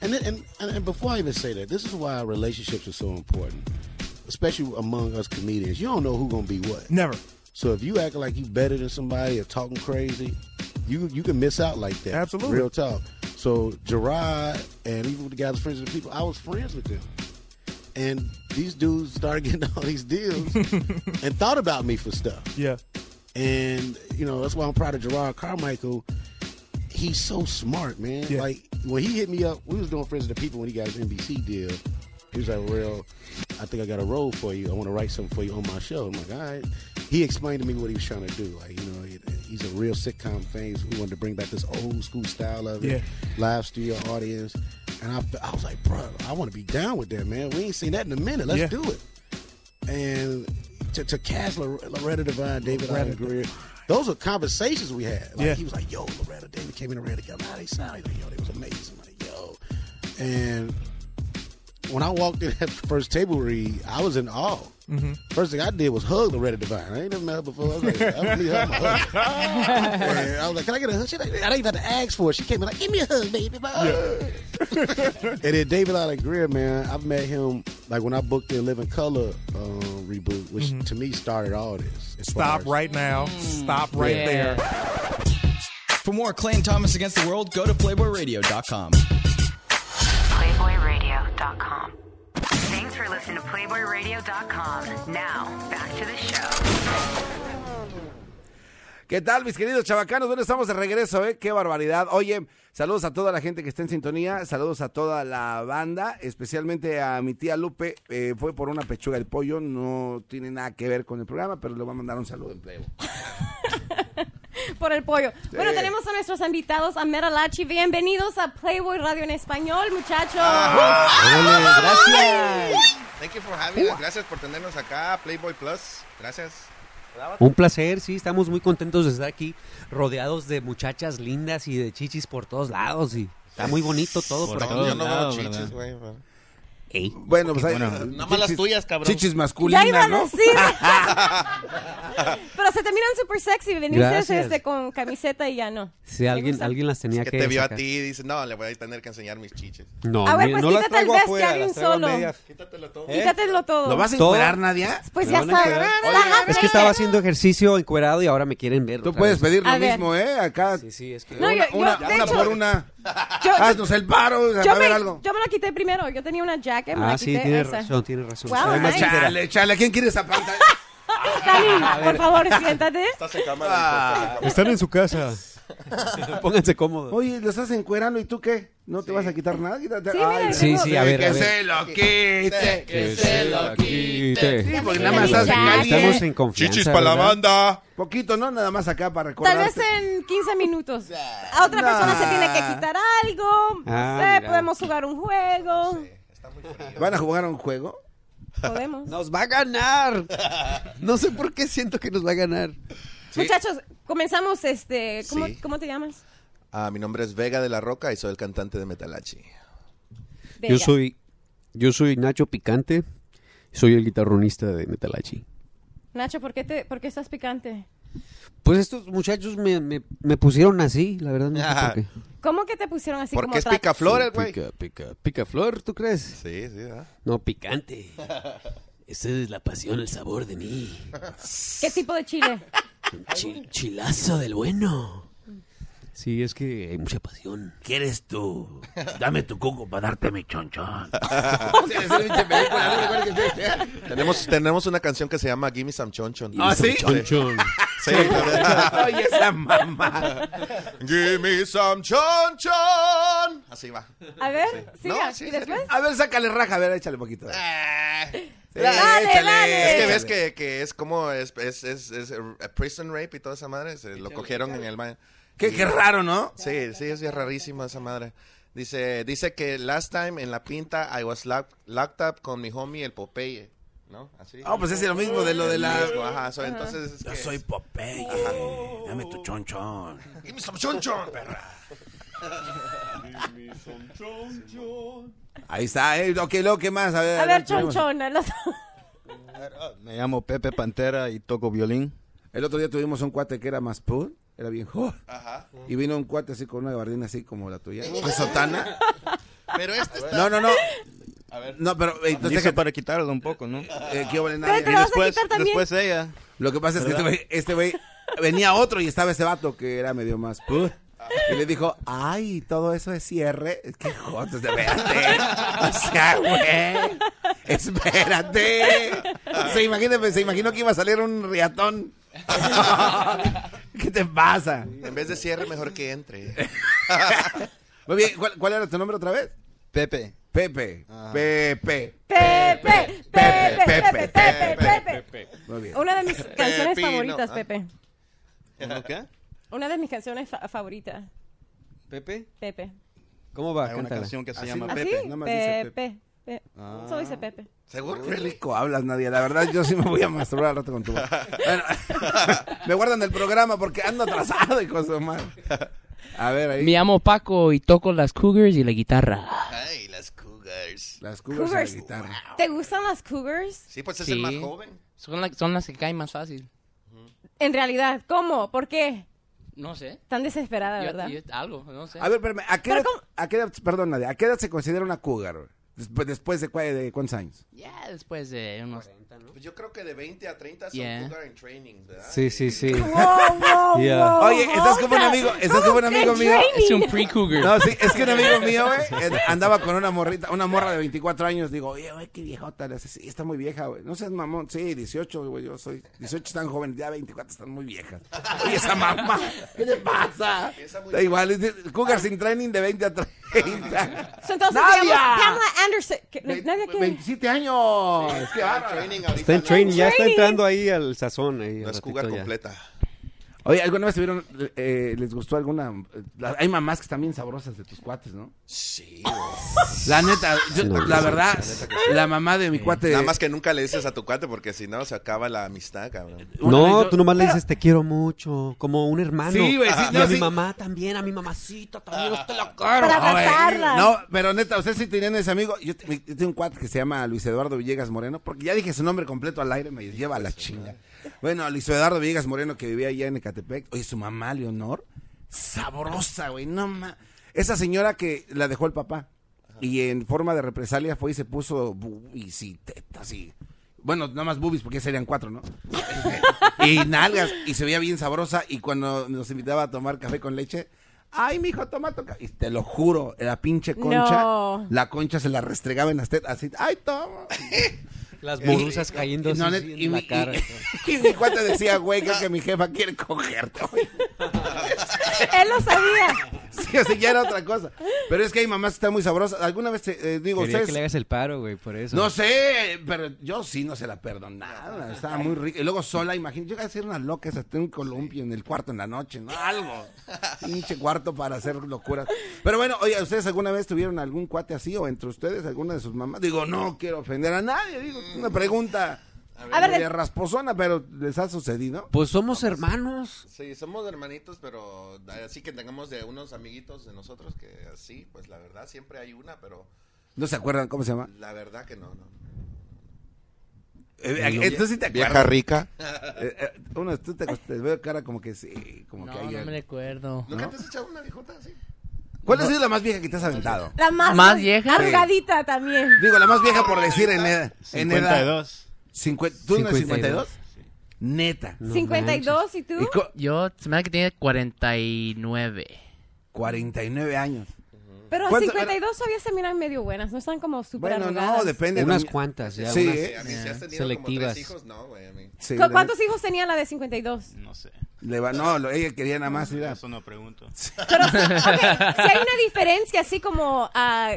[SPEAKER 6] and, then- and and and before i even say that this is why relationships are so important especially among us comedians you don't know who's gonna be what
[SPEAKER 4] Never.
[SPEAKER 6] so if you acting like you better than somebody or talking crazy you you can miss out like that
[SPEAKER 4] Absolutely.
[SPEAKER 6] real talk so gerard and even with the guys friends with the people i was friends with them and these dudes started getting all these deals and thought about me for stuff
[SPEAKER 4] Yeah.
[SPEAKER 6] and you know that's why I'm proud of Gerard Carmichael. He's so smart, man.
[SPEAKER 4] Yeah.
[SPEAKER 6] Like when he hit me up, we was doing Friends of the People when he got his NBC deal. He was like, "Real, I think I got a role for you. I want to write something for you on my show." I'm like, "All right." He explained to me what he was trying to do. Like you know, he- he's a real sitcom fan. We wanted to bring back this old school style of it,
[SPEAKER 4] Yeah.
[SPEAKER 6] live studio audience. And I, I was like, "Bro, I want to be down with that, man. We ain't seen that in a minute. Let's
[SPEAKER 4] Yeah.
[SPEAKER 6] do it." and to, to cast Lore- Loretta Devine, David Allen Greer. Those are conversations we had. Like
[SPEAKER 4] Yeah.
[SPEAKER 6] he was like, "Yo, Loretta, David came in and ran together. How they sound? Like, Yo, they was amazing. I'm Like, yo." And when I walked in at the first table read, I was in awe. First thing I did was hug Loretta Devine. I ain't never met her before. I was like, I really hug my hug. And Eh, I was like, "Can I get a hug?" She like, "I didn't even have to ask for it." She came in like, "Give me a hug, baby." My hug. And then David Allen Greer, man, I met him like when I booked the Living Color um, reboot, which to me started all this. as far
[SPEAKER 4] Stop
[SPEAKER 6] as-
[SPEAKER 4] right now. Stop right there.
[SPEAKER 7] For more Clayton Thomas Against the World, go to PlayboyRadio.com.
[SPEAKER 8] PlayboyRadio.com. Thanks for listening to PlayboyRadio.com. Now, back to the show.
[SPEAKER 1] ¿Qué tal, mis queridos chavacanos? Bueno, estamos de regreso, ¿eh? Qué barbaridad. Oye, saludos a toda la gente que está en sintonía, saludos a toda la banda, especialmente a mi tía Lupe. eh, fue por una pechuga del pollo, no tiene nada que ver con el programa, pero le voy a mandar un saludo en plebo.
[SPEAKER 3] Por el pollo. Bueno, tenemos a nuestros invitados a Meralachi. Bienvenidos a Playboy Radio en Español, muchachos.
[SPEAKER 1] Ah,
[SPEAKER 9] Gracias. Thank you for having us. Gracias por tenernos acá, Playboy Plus. Gracias.
[SPEAKER 10] Un placer, sí, estamos muy contentos de estar aquí, rodeados de muchachas lindas y de chichis por todos lados y está muy bonito todo por,
[SPEAKER 9] No,
[SPEAKER 10] aquí.
[SPEAKER 9] yo no
[SPEAKER 7] lados,
[SPEAKER 9] veo chichis,
[SPEAKER 7] ¿verdad?
[SPEAKER 9] güey. pero-
[SPEAKER 10] Ey.
[SPEAKER 1] Bueno, pues ahí.
[SPEAKER 7] Bueno.
[SPEAKER 9] Nada más las tuyas, cabrón.
[SPEAKER 1] Chichis
[SPEAKER 3] Ya iba
[SPEAKER 1] masculinas,
[SPEAKER 3] a
[SPEAKER 1] ¿no?
[SPEAKER 3] decir. Pero se te miran súper sexy. Venirse
[SPEAKER 10] Gracias.
[SPEAKER 3] este, con camiseta y ya no.
[SPEAKER 10] Sí, alguien, alguien las tenía
[SPEAKER 9] Que
[SPEAKER 10] que,
[SPEAKER 9] te vio a
[SPEAKER 10] sacar.
[SPEAKER 9] ti y dice, no, le voy a tener que enseñar mis chichis.
[SPEAKER 10] No,
[SPEAKER 3] A ver,
[SPEAKER 10] mira,
[SPEAKER 3] pues
[SPEAKER 10] no las
[SPEAKER 3] quítate el
[SPEAKER 10] traigo
[SPEAKER 3] vest
[SPEAKER 10] afuera.
[SPEAKER 3] de alguien solo.
[SPEAKER 9] Quítatelo todo.
[SPEAKER 3] Quítatelo todo.
[SPEAKER 1] ¿Lo vas a
[SPEAKER 10] Todo.
[SPEAKER 1] encuerar, Nadia?
[SPEAKER 3] Pues
[SPEAKER 10] Me
[SPEAKER 3] ya
[SPEAKER 10] van a
[SPEAKER 3] está.
[SPEAKER 10] encuerar.
[SPEAKER 3] Está
[SPEAKER 10] Es que estaba haciendo ejercicio encuerado y ahora me quieren ver.
[SPEAKER 1] Tú
[SPEAKER 10] otra
[SPEAKER 1] puedes
[SPEAKER 10] vez.
[SPEAKER 1] pedir lo
[SPEAKER 3] A ver.
[SPEAKER 1] mismo, ¿eh? Acá.
[SPEAKER 10] Sí, sí, es que...
[SPEAKER 3] No, yo- yo-
[SPEAKER 1] una
[SPEAKER 3] de
[SPEAKER 1] una
[SPEAKER 3] hecho-
[SPEAKER 1] por una.
[SPEAKER 3] Yo- yo-
[SPEAKER 1] Haznos el paro. va
[SPEAKER 3] Yo
[SPEAKER 1] a haber
[SPEAKER 3] me,
[SPEAKER 1] algo.
[SPEAKER 3] yo me la quité primero. Yo tenía una jacket, me la
[SPEAKER 10] ah,
[SPEAKER 3] quité.
[SPEAKER 10] sí, tienes
[SPEAKER 3] esa.
[SPEAKER 10] razón, tienes razón.
[SPEAKER 3] Wow,
[SPEAKER 10] Además,
[SPEAKER 3] nice.
[SPEAKER 10] espera,
[SPEAKER 1] Chale, chale. ¿Quién quiere esa pantalla?
[SPEAKER 3] Dani, por favor, siéntate.
[SPEAKER 9] Estás en
[SPEAKER 1] Ah.
[SPEAKER 9] cámara.
[SPEAKER 10] Están en su casa. Pónganse cómodos.
[SPEAKER 1] Oye, lo estás encuerando y tú qué? ¿No te vas a quitar nada? Quítate.
[SPEAKER 3] Sí, mira,
[SPEAKER 1] Ay,
[SPEAKER 3] yo
[SPEAKER 10] Sí,
[SPEAKER 3] tengo-
[SPEAKER 10] sí, a ver, a
[SPEAKER 1] que
[SPEAKER 10] ver.
[SPEAKER 1] se lo quite.
[SPEAKER 9] Que
[SPEAKER 1] Sí, porque
[SPEAKER 3] Ya
[SPEAKER 1] nada más
[SPEAKER 3] me
[SPEAKER 1] estás
[SPEAKER 3] vi ya.
[SPEAKER 1] en calle.
[SPEAKER 10] Estamos en confianza.
[SPEAKER 4] Chichis para la
[SPEAKER 10] ¿verdad?
[SPEAKER 4] banda.
[SPEAKER 1] Poquito, ¿no? Nada más acá para recordar.
[SPEAKER 3] Tal vez en 15 minutos. A otra
[SPEAKER 1] Nah.
[SPEAKER 3] persona se tiene que quitar algo.
[SPEAKER 10] Ah,
[SPEAKER 3] no sé,
[SPEAKER 10] mira.
[SPEAKER 3] podemos jugar un juego.
[SPEAKER 1] ¿Van a jugar a un juego?
[SPEAKER 3] Podemos.
[SPEAKER 10] Nos va a ganar. No sé por qué siento que nos va a ganar.
[SPEAKER 3] Muchachos, comenzamos este. ¿Cómo,
[SPEAKER 9] Sí.
[SPEAKER 3] cómo te llamas?
[SPEAKER 9] Ah, mi nombre es Vega de la Roca y soy el cantante de Metalachi.
[SPEAKER 3] Vega.
[SPEAKER 10] Yo soy yo soy Nacho Picante. Soy el guitarronista de Metalachi.
[SPEAKER 3] Nacho, ¿por qué, te, ¿por qué estás picante?
[SPEAKER 10] Pues estos muchachos me, me, me pusieron así, la verdad no sé por qué.
[SPEAKER 3] ¿Cómo que te pusieron así como
[SPEAKER 9] Porque es
[SPEAKER 3] tra-
[SPEAKER 9] picaflor el güey.
[SPEAKER 10] Pica, pica, pica flor, ¿tú crees?
[SPEAKER 9] Sí, sí, ¿verdad?
[SPEAKER 10] No, picante. Esa es la pasión, el sabor de mí.
[SPEAKER 3] ¿Qué tipo de chile?
[SPEAKER 10] Un chil- chilazo del bueno. Sí, es que hay mucha pasión.
[SPEAKER 11] ¿Quieres tú? Dame tu coco para darte mi chonchón.
[SPEAKER 9] Tenemos, tenemos una canción que se llama Gimme Some Chonchon.
[SPEAKER 1] ¿Ah, sí?
[SPEAKER 10] Chonchon.
[SPEAKER 9] Sí, claro.
[SPEAKER 1] Oye, esa mamá.
[SPEAKER 9] Give me some chon chon. Así va.
[SPEAKER 3] A ver,
[SPEAKER 9] Sí.
[SPEAKER 3] siga.
[SPEAKER 9] No, sí,
[SPEAKER 3] ¿Y
[SPEAKER 9] sí,
[SPEAKER 3] después?
[SPEAKER 1] A ver, sácale raja, a ver, échale poquito.
[SPEAKER 9] Ah.
[SPEAKER 1] Sí,
[SPEAKER 3] Dale, dale.
[SPEAKER 9] Es que ves que, que es como es, es, es, es eh, prison rape y toda esa madre. se lo cogieron en el baño.
[SPEAKER 1] Qué, qué raro, ¿no?
[SPEAKER 9] Sí, sí, es bien rarísima esa madre. Dice, dice que last time en la pinta I was lock- locked up con mi homie el Popeye. ¿No? Así.
[SPEAKER 1] Ah, pues es lo mismo de lo de
[SPEAKER 9] Mismo,
[SPEAKER 1] la.
[SPEAKER 9] Ajá, so, entonces. es
[SPEAKER 11] Yo
[SPEAKER 9] que-
[SPEAKER 11] soy Popeye. Dame tu chonchón.
[SPEAKER 9] Give me some chon chon, perra.
[SPEAKER 1] Ahí está, eh. Ok, luego, ¿qué más? A ver,
[SPEAKER 3] A ver,
[SPEAKER 1] tenemos-
[SPEAKER 3] chonchón. el otro.
[SPEAKER 12] Me llamo Pepe Pantera y toco violín.
[SPEAKER 1] El otro día tuvimos un cuate que era más pud, era bien joven.
[SPEAKER 9] Ajá.
[SPEAKER 1] Y vino un cuate así con una gabardina así como la tuya. ¿De sotana?
[SPEAKER 9] Pero este está.
[SPEAKER 1] No, no, no.
[SPEAKER 9] A ver.
[SPEAKER 1] No, pero eh, entonces,
[SPEAKER 12] Dice para quitarlo un poco, ¿no?
[SPEAKER 1] eh, ¿qué hubo,
[SPEAKER 3] Pero te
[SPEAKER 1] nadie?
[SPEAKER 3] lo vas a
[SPEAKER 12] Después,
[SPEAKER 3] quitar también.
[SPEAKER 12] después ella.
[SPEAKER 1] Lo que pasa es que este güey, este güey venía otro y estaba ese vato que era medio más pud. Y le dijo, ay, todo eso es cierre. Qué jotos, de ¿eh? O sea, güey. Espérate. Se imagina, se imaginó que iba a salir un riatón. ¿Qué te pasa?
[SPEAKER 9] En vez de cierre, mejor que entre.
[SPEAKER 1] Muy bien, ¿cuál, cuál era tu nombre otra vez?
[SPEAKER 12] Pepe.
[SPEAKER 1] Pepe.
[SPEAKER 12] Ah.
[SPEAKER 1] Pepe.
[SPEAKER 3] Pepe, Pepe, Pepe, Pepe, Pepe,
[SPEAKER 1] Muy bien.
[SPEAKER 3] Una de mis canciones
[SPEAKER 9] Pepino,
[SPEAKER 3] favoritas,
[SPEAKER 9] ah.
[SPEAKER 3] Pepe.
[SPEAKER 12] ¿Cómo qué?
[SPEAKER 3] Una de mis canciones fa- favoritas,
[SPEAKER 10] Pepe,
[SPEAKER 3] Pepe.
[SPEAKER 10] ¿cómo va? ¿Ah,
[SPEAKER 12] Hay una
[SPEAKER 10] Cántala.
[SPEAKER 12] canción que se
[SPEAKER 1] Así
[SPEAKER 12] llama
[SPEAKER 1] no.
[SPEAKER 3] ¿Así?
[SPEAKER 12] Pepe.
[SPEAKER 1] nada más dice
[SPEAKER 3] Pepe. Pe-
[SPEAKER 9] Ah.
[SPEAKER 3] Solo dice Pepe.
[SPEAKER 9] ¿Seguro?
[SPEAKER 1] Qué rico hablas, Nadia. La verdad, yo sí me voy a masturbar al rato con tu voz. Bueno, me guardan el programa porque ando atrasado y cosas más. A ver, ahí.
[SPEAKER 13] Me llamo Paco y toco las cougars y la guitarra.
[SPEAKER 9] Ay, las cougars.
[SPEAKER 1] Las cubas de la
[SPEAKER 3] Cougars.
[SPEAKER 1] guitarra.
[SPEAKER 3] ¿Te gustan las Cougars?
[SPEAKER 9] Sí, pues es
[SPEAKER 13] Sí.
[SPEAKER 9] el más joven.
[SPEAKER 13] Son, la- son las que caen más fácil.
[SPEAKER 3] En realidad, ¿cómo? ¿Por qué?
[SPEAKER 13] No sé.
[SPEAKER 3] Tan desesperada,
[SPEAKER 13] Yo-
[SPEAKER 3] Ah, ¿verdad?
[SPEAKER 13] yo- algo, no sé.
[SPEAKER 1] A ver, espérame. ¿A qué,
[SPEAKER 3] Pero
[SPEAKER 1] edad, a qué edad- perdón, Nadia, ¿a qué edad se considera una cougar? Después, después de, cua- de cuántos años?
[SPEAKER 13] Ya después de unos...
[SPEAKER 9] Pues yo creo que de 20 a 30 son
[SPEAKER 13] Yeah.
[SPEAKER 9] cougar en training, ¿verdad?
[SPEAKER 10] Sí, sí, sí.
[SPEAKER 3] Wow, wow,
[SPEAKER 10] Yeah.
[SPEAKER 3] wow,
[SPEAKER 1] Oye, estás como un
[SPEAKER 3] hold
[SPEAKER 1] amigo-
[SPEAKER 3] up.
[SPEAKER 1] estás como un
[SPEAKER 3] ¿Cómo
[SPEAKER 1] amigo
[SPEAKER 3] que
[SPEAKER 1] mío.
[SPEAKER 3] training?
[SPEAKER 13] Es un pre-cougar.
[SPEAKER 1] No, sí, es que un amigo mío, güey, eh, andaba con una morrita, una morra de 24 años. Digo, oye, güey, qué viejota. Le hace, sí, está muy vieja, güey. No seas mamón. Sí, 18, güey, yo soy. 18 están jóvenes, ya 24 están muy viejas. Oye, esa mamá, ¿qué te pasa? Da igual, es de- Cougar sin training de 20 a 30.
[SPEAKER 3] So, Entonces,
[SPEAKER 1] ¡Nadia!
[SPEAKER 3] digamos, Pamela Anderson. que- ¿Nadia qué?
[SPEAKER 1] 27 años. Qué
[SPEAKER 9] Está en
[SPEAKER 1] bárbara.
[SPEAKER 9] ah, training ahorita.
[SPEAKER 10] Está en
[SPEAKER 9] no.
[SPEAKER 10] training, ya está
[SPEAKER 3] training.
[SPEAKER 10] entrando ahí al sazón. Ahí,
[SPEAKER 9] No
[SPEAKER 10] al
[SPEAKER 9] es
[SPEAKER 10] ratito
[SPEAKER 9] cougar
[SPEAKER 10] ya.
[SPEAKER 9] completa.
[SPEAKER 1] Oye, ¿alguna vez tuvieron, eh, les gustó alguna? eh, la- hay mamás que están bien sabrosas de tus cuates, ¿no?
[SPEAKER 9] Sí.
[SPEAKER 1] La neta, yo- la verdad, la mamá de mi cuate.
[SPEAKER 9] Nada más que nunca le dices a tu cuate porque si no se acaba la amistad, cabrón.
[SPEAKER 10] No, tú nomás le dices te quiero mucho, como un hermano. Ah,
[SPEAKER 1] Sí, güey, sí,
[SPEAKER 10] Y
[SPEAKER 1] no,
[SPEAKER 10] a mi
[SPEAKER 1] sí.
[SPEAKER 10] mamá también, a mi mamacita también, usted la
[SPEAKER 3] Para
[SPEAKER 10] quiero.
[SPEAKER 3] abrazarla.
[SPEAKER 1] No, pero neta, ustedes sí tenían ese amigo. Yo, te- yo tengo un cuate que se llama Luis Eduardo Villegas Moreno, porque ya dije su nombre completo al aire, me lleva a la chinga. Bueno, Luis Eduardo Villegas Moreno, que vivía allá en Ecatepec. Oye, su mamá, Leonor, sabrosa, güey, no ma. Esa señora que la dejó el papá. Y en forma de represalia fue y se puso boobies y tetas y... Bueno, nada más boobies, porque ya serían cuatro, ¿no? y nalgas, y se veía bien sabrosa, y cuando nos invitaba a tomar café con leche, ay, mijo, toma tu ca-". Y te lo juro, la pinche concha,
[SPEAKER 3] No.
[SPEAKER 1] la concha se la restregaba en las tetas, así, ay, toma.
[SPEAKER 10] Las borrusas cayendo
[SPEAKER 1] no,
[SPEAKER 10] así
[SPEAKER 1] net-
[SPEAKER 10] en
[SPEAKER 1] y
[SPEAKER 10] la
[SPEAKER 1] mi-
[SPEAKER 10] cara.
[SPEAKER 1] y- y mi cuate decía, güey, creo que mi jefa quiere cogerte, güey.
[SPEAKER 3] Él lo sabía.
[SPEAKER 1] Sí, o sea, ya era otra cosa. Pero es que hay mamás que están muy sabrosas. Alguna vez, te, eh, digo,
[SPEAKER 10] Quería
[SPEAKER 1] ustedes...
[SPEAKER 10] que le hagas el paro, güey, por eso.
[SPEAKER 1] No sé, pero yo sí no se la perdonaba. Estaba muy rica. Y luego sola, imagínate. Yo iba a ser una loca, esa tengo un columpio en el cuarto en la noche, ¿no? Algo. Pinche cuarto para hacer locuras. Pero bueno, oye, ¿ustedes alguna vez tuvieron algún cuate así o entre ustedes, alguna de sus mamás? Digo, no quiero ofender a nadie. Digo, es una pregunta.
[SPEAKER 3] A ver,
[SPEAKER 1] media
[SPEAKER 3] de-
[SPEAKER 1] rasposona, pero ¿les ha sucedido?
[SPEAKER 10] Pues somos hermanos.
[SPEAKER 9] Sí, somos hermanitos, pero eh, así que tengamos de unos amiguitos de nosotros que así, pues la verdad siempre hay una, pero
[SPEAKER 1] ¿No se acuerdan cómo se llama?
[SPEAKER 9] la verdad que no, no.
[SPEAKER 1] Eh, eh, entonces sí te
[SPEAKER 12] Vieja
[SPEAKER 1] acuerdas.
[SPEAKER 12] rica.
[SPEAKER 1] Eh, eh, uno, tú te, te veo cara como que sí, como
[SPEAKER 13] No,
[SPEAKER 1] que hay
[SPEAKER 13] no me
[SPEAKER 1] algo.
[SPEAKER 13] recuerdo.
[SPEAKER 9] ¿Nunca te has echado una viejota así?
[SPEAKER 1] ¿Cuál ha sido la más vieja que te has aventado?
[SPEAKER 3] La más,
[SPEAKER 13] ¿Más vieja?
[SPEAKER 3] Arrugadita también.
[SPEAKER 1] Digo, la más vieja por decir en edad. En edad
[SPEAKER 12] 52.
[SPEAKER 1] Cincuen- ¿Tú no eres 52?
[SPEAKER 10] 52?
[SPEAKER 1] Neta.
[SPEAKER 10] No
[SPEAKER 3] 52, ¿y tú?
[SPEAKER 1] Y co-
[SPEAKER 13] Yo, se me da que tiene 49.
[SPEAKER 1] 49 años.
[SPEAKER 3] Pero a
[SPEAKER 1] ¿Cuánto-
[SPEAKER 3] 52 todavía se miran medio buenas, no están como súper
[SPEAKER 1] Bueno, no,
[SPEAKER 3] arrugadas.
[SPEAKER 1] depende.
[SPEAKER 10] Unas
[SPEAKER 1] también.
[SPEAKER 10] cuantas, ya,
[SPEAKER 1] Sí,
[SPEAKER 10] unas,
[SPEAKER 1] ¿eh?
[SPEAKER 9] A mí si has tenido como tres hijos, no, güey. a mí.
[SPEAKER 1] Sí,
[SPEAKER 3] ¿Cu-
[SPEAKER 1] le-
[SPEAKER 3] ¿Cuántos hijos tenía la de 52?
[SPEAKER 1] No sé. Le va, no, lo- ella quería nada más ir a... Eso no pregunto.
[SPEAKER 3] Si hay una diferencia así como ah,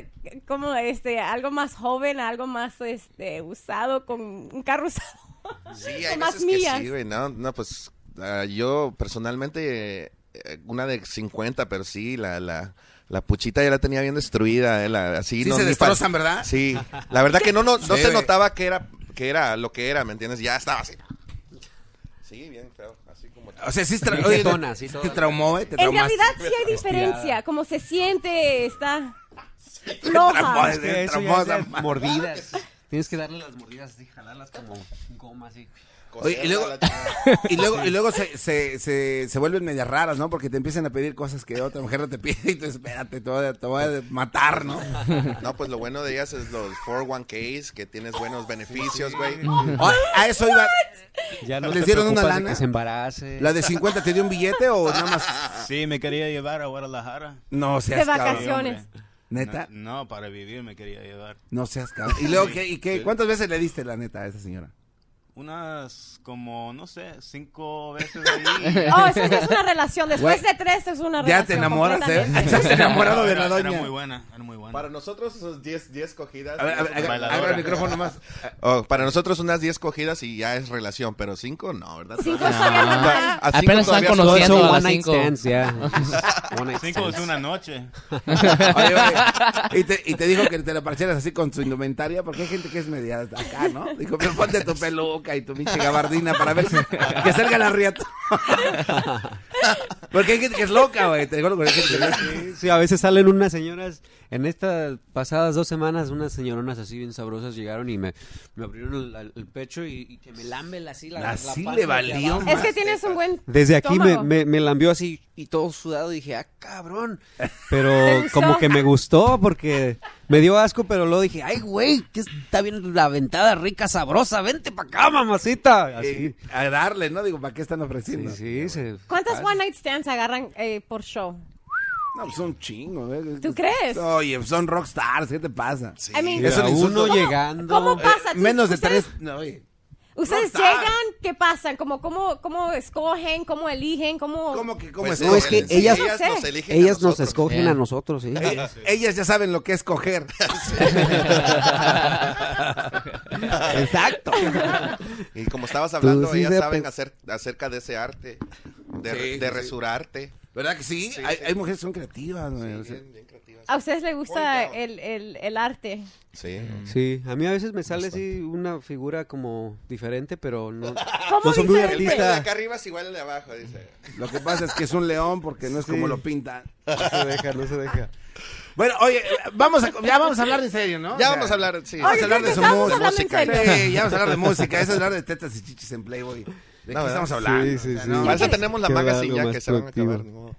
[SPEAKER 3] como este algo más joven, a algo más este usado con un carro usado.
[SPEAKER 9] Sí,
[SPEAKER 3] con
[SPEAKER 9] hay
[SPEAKER 3] más
[SPEAKER 9] veces que
[SPEAKER 3] millas.
[SPEAKER 9] sí, güey, no, no, pues ah, yo personalmente eh, eh, una de 50, pero sí, la, la, la puchita ya la tenía bien destruida, eh, la- así.
[SPEAKER 1] Sí
[SPEAKER 9] no,
[SPEAKER 1] se
[SPEAKER 9] ni
[SPEAKER 1] destrozan,
[SPEAKER 9] pa-
[SPEAKER 1] ¿verdad?
[SPEAKER 9] Sí, la verdad que no, no, no
[SPEAKER 1] Sí,
[SPEAKER 9] se
[SPEAKER 1] güey.
[SPEAKER 9] notaba que era, que era lo que era, ¿me entiendes? Ya estaba así. Sí, bien feo, así como...
[SPEAKER 1] O sea, sí, es tra-
[SPEAKER 10] Bien
[SPEAKER 1] oye,
[SPEAKER 10] tetona, sí,
[SPEAKER 1] te
[SPEAKER 10] toda.
[SPEAKER 1] traumó, ¿eh? Te
[SPEAKER 3] En
[SPEAKER 1] traumaste.
[SPEAKER 3] realidad sí hay diferencia, como se siente, está floja.
[SPEAKER 1] Es que
[SPEAKER 10] eso ya
[SPEAKER 1] hermosa,
[SPEAKER 10] es de
[SPEAKER 1] man.
[SPEAKER 10] mordidas. Tienes que darle las mordidas así, jalarlas como goma así.
[SPEAKER 1] Oye, y luego, y luego, y luego se, se, se, se vuelven medias raras, ¿no? Porque te empiezan a pedir cosas que otra mujer no te pide y tú espérate, te voy a, te voy a matar, ¿no?
[SPEAKER 9] No, pues lo bueno de ellas es los 401ks, que tienes buenos beneficios, güey.
[SPEAKER 1] O- Oh, a eso iba.
[SPEAKER 10] Ya no
[SPEAKER 1] ¿Les
[SPEAKER 10] te
[SPEAKER 1] dieron una
[SPEAKER 10] preocupas de
[SPEAKER 1] lana?
[SPEAKER 10] que se embarace.
[SPEAKER 1] ¿La de 50 te dio un billete o nada más?
[SPEAKER 14] Sí, me quería llevar a Guadalajara.
[SPEAKER 1] No seas
[SPEAKER 3] De
[SPEAKER 1] cabrón.
[SPEAKER 3] vacaciones.
[SPEAKER 1] ¿Neta?
[SPEAKER 14] No, no, para vivir me quería llevar.
[SPEAKER 1] No seas cabrón. ¿Y luego qué? ¿Y qué?
[SPEAKER 14] Sí.
[SPEAKER 1] ¿Cuántas veces le diste la neta a esa señora?
[SPEAKER 14] Unas como, no sé, cinco veces
[SPEAKER 3] Oh, eso ya es una relación. Después
[SPEAKER 1] Güey,
[SPEAKER 3] de tres es una relación.
[SPEAKER 1] Ya te enamoras, ¿eh?
[SPEAKER 3] completamente.
[SPEAKER 1] Ya te enamorado de
[SPEAKER 14] Era-
[SPEAKER 1] la
[SPEAKER 14] era
[SPEAKER 1] doña.
[SPEAKER 14] muy buena, era muy buena.
[SPEAKER 9] Para nosotros, esos 10 10 cogidas.
[SPEAKER 1] A ver, a ver, aga-
[SPEAKER 14] Bailadora.
[SPEAKER 1] agarra el micrófono más.
[SPEAKER 9] Oh, para nosotros unas 10 cogidas y ya es relación, pero 5 no, ¿verdad?
[SPEAKER 3] Cinco
[SPEAKER 9] Todavía-
[SPEAKER 3] todavía no.
[SPEAKER 9] A- a cinco
[SPEAKER 13] Apenas están
[SPEAKER 9] todavía-
[SPEAKER 13] conociendo
[SPEAKER 10] Son
[SPEAKER 13] a
[SPEAKER 10] one
[SPEAKER 13] las
[SPEAKER 10] night
[SPEAKER 13] cinco.
[SPEAKER 10] stands, ya. One night
[SPEAKER 14] Cinco
[SPEAKER 10] stands.
[SPEAKER 14] de una noche.
[SPEAKER 1] Oye, oye, y, te, y te dijo que te la parcheras así con su indumentaria, porque hay gente que es media acá, ¿no? Dijo, pero ponte tu peluca y tu pinche gabardina para ver si- que salga la riata. porque hay gente que es loca, güey. Te digo, hay gente que es loca.
[SPEAKER 10] Sí, a veces salen unas señoras, en estas pasadas dos semanas, unas señoronas así bien sabrosas llegaron y me, me abrieron el, el- el pecho y, y que me lambe así la, la
[SPEAKER 1] Así
[SPEAKER 10] parte
[SPEAKER 1] le
[SPEAKER 10] de
[SPEAKER 1] valió,
[SPEAKER 10] abajo.
[SPEAKER 1] man.
[SPEAKER 3] Es que tienes un buen
[SPEAKER 10] Desde aquí me,
[SPEAKER 3] estómago.
[SPEAKER 10] me, me lambió así y todo sudado y dije, ah, cabrón.
[SPEAKER 3] ¿Te
[SPEAKER 10] Pero
[SPEAKER 3] gustó?
[SPEAKER 10] como que me gustó porque me dio asco, pero luego dije, ay, güey, que está bien la ventada rica, sabrosa, vente pa' acá, mamacita. Así.
[SPEAKER 1] Eh, a darle, ¿no? Digo, ¿para qué están ofreciendo?
[SPEAKER 10] Sí, sí, se-
[SPEAKER 3] ¿Cuántas one night stands agarran eh, por show?
[SPEAKER 1] No, pues son chingos, güey.
[SPEAKER 3] ¿Tú crees?
[SPEAKER 1] Oye, pues son rockstars, ¿qué te pasa?
[SPEAKER 3] I mean,
[SPEAKER 1] Es un
[SPEAKER 10] a
[SPEAKER 1] insulto.
[SPEAKER 10] uno
[SPEAKER 1] ¿Cómo-
[SPEAKER 10] llegando.
[SPEAKER 3] ¿Cómo pasa?
[SPEAKER 1] Eh, menos de
[SPEAKER 3] ¿Ustedes- Eh.
[SPEAKER 1] tres. No, oye.
[SPEAKER 3] Ustedes
[SPEAKER 1] Rockstar.
[SPEAKER 3] llegan, ¿qué pasan? ¿Cómo, cómo, cómo escogen? ¿Cómo eligen? ¿Cómo?
[SPEAKER 1] ¿Cómo que cómo
[SPEAKER 9] Pues
[SPEAKER 1] es?
[SPEAKER 10] No, es que
[SPEAKER 9] sí,
[SPEAKER 10] ellas,
[SPEAKER 3] ellas nos
[SPEAKER 10] ellas
[SPEAKER 9] eligen a
[SPEAKER 10] nos
[SPEAKER 9] nosotros.
[SPEAKER 10] escogen
[SPEAKER 13] Sí.
[SPEAKER 10] a nosotros, sí.
[SPEAKER 1] Eh, ellas ya saben lo que es coger.
[SPEAKER 10] Exacto.
[SPEAKER 9] Y como estabas hablando,
[SPEAKER 10] Tú sí
[SPEAKER 9] ellas
[SPEAKER 10] se
[SPEAKER 9] saben
[SPEAKER 10] pe-
[SPEAKER 9] acer- acerca de ese arte, de,
[SPEAKER 1] Sí,
[SPEAKER 9] de
[SPEAKER 1] sí.
[SPEAKER 9] resurarte.
[SPEAKER 1] ¿Verdad que sí? hay, hay mujeres que son creativas, güey. o sea.
[SPEAKER 9] Bien, bien creativas.
[SPEAKER 3] ¿A ustedes les gusta
[SPEAKER 9] Point down.
[SPEAKER 3] el, el, el arte?
[SPEAKER 9] Sí.
[SPEAKER 10] Sí, a mí a veces me sale así una figura como diferente, pero no,
[SPEAKER 3] ¿Cómo
[SPEAKER 10] no soy muy
[SPEAKER 3] diferente?
[SPEAKER 9] El pelo de
[SPEAKER 10] artista.
[SPEAKER 9] acá arriba es igual al de abajo, dice.
[SPEAKER 1] Lo que pasa es que es un león porque no es como lo pintan.
[SPEAKER 10] No se deja, no se deja.
[SPEAKER 1] Bueno, oye, eh, vamos a, ya vamos a hablar en serio, ¿no? O
[SPEAKER 9] Ya
[SPEAKER 1] sea,
[SPEAKER 9] vamos a hablar, sí.
[SPEAKER 1] Vamos a hablar
[SPEAKER 3] sí,
[SPEAKER 1] de su
[SPEAKER 3] estamos
[SPEAKER 1] música.
[SPEAKER 3] hablando en serio.
[SPEAKER 1] Sí, ya vamos a hablar de música. Eso es hablar de tetas y chichis en Playboy. ¿De qué
[SPEAKER 9] ¿verdad?
[SPEAKER 1] estamos hablando?
[SPEAKER 10] Sí, sí,
[SPEAKER 1] O sea,
[SPEAKER 10] sí.
[SPEAKER 1] no.
[SPEAKER 9] Para eso tenemos la
[SPEAKER 10] Qué
[SPEAKER 9] magazine
[SPEAKER 10] raro,
[SPEAKER 9] ya
[SPEAKER 10] más
[SPEAKER 9] que se van a acabar.
[SPEAKER 10] productivo.
[SPEAKER 9] ni modo.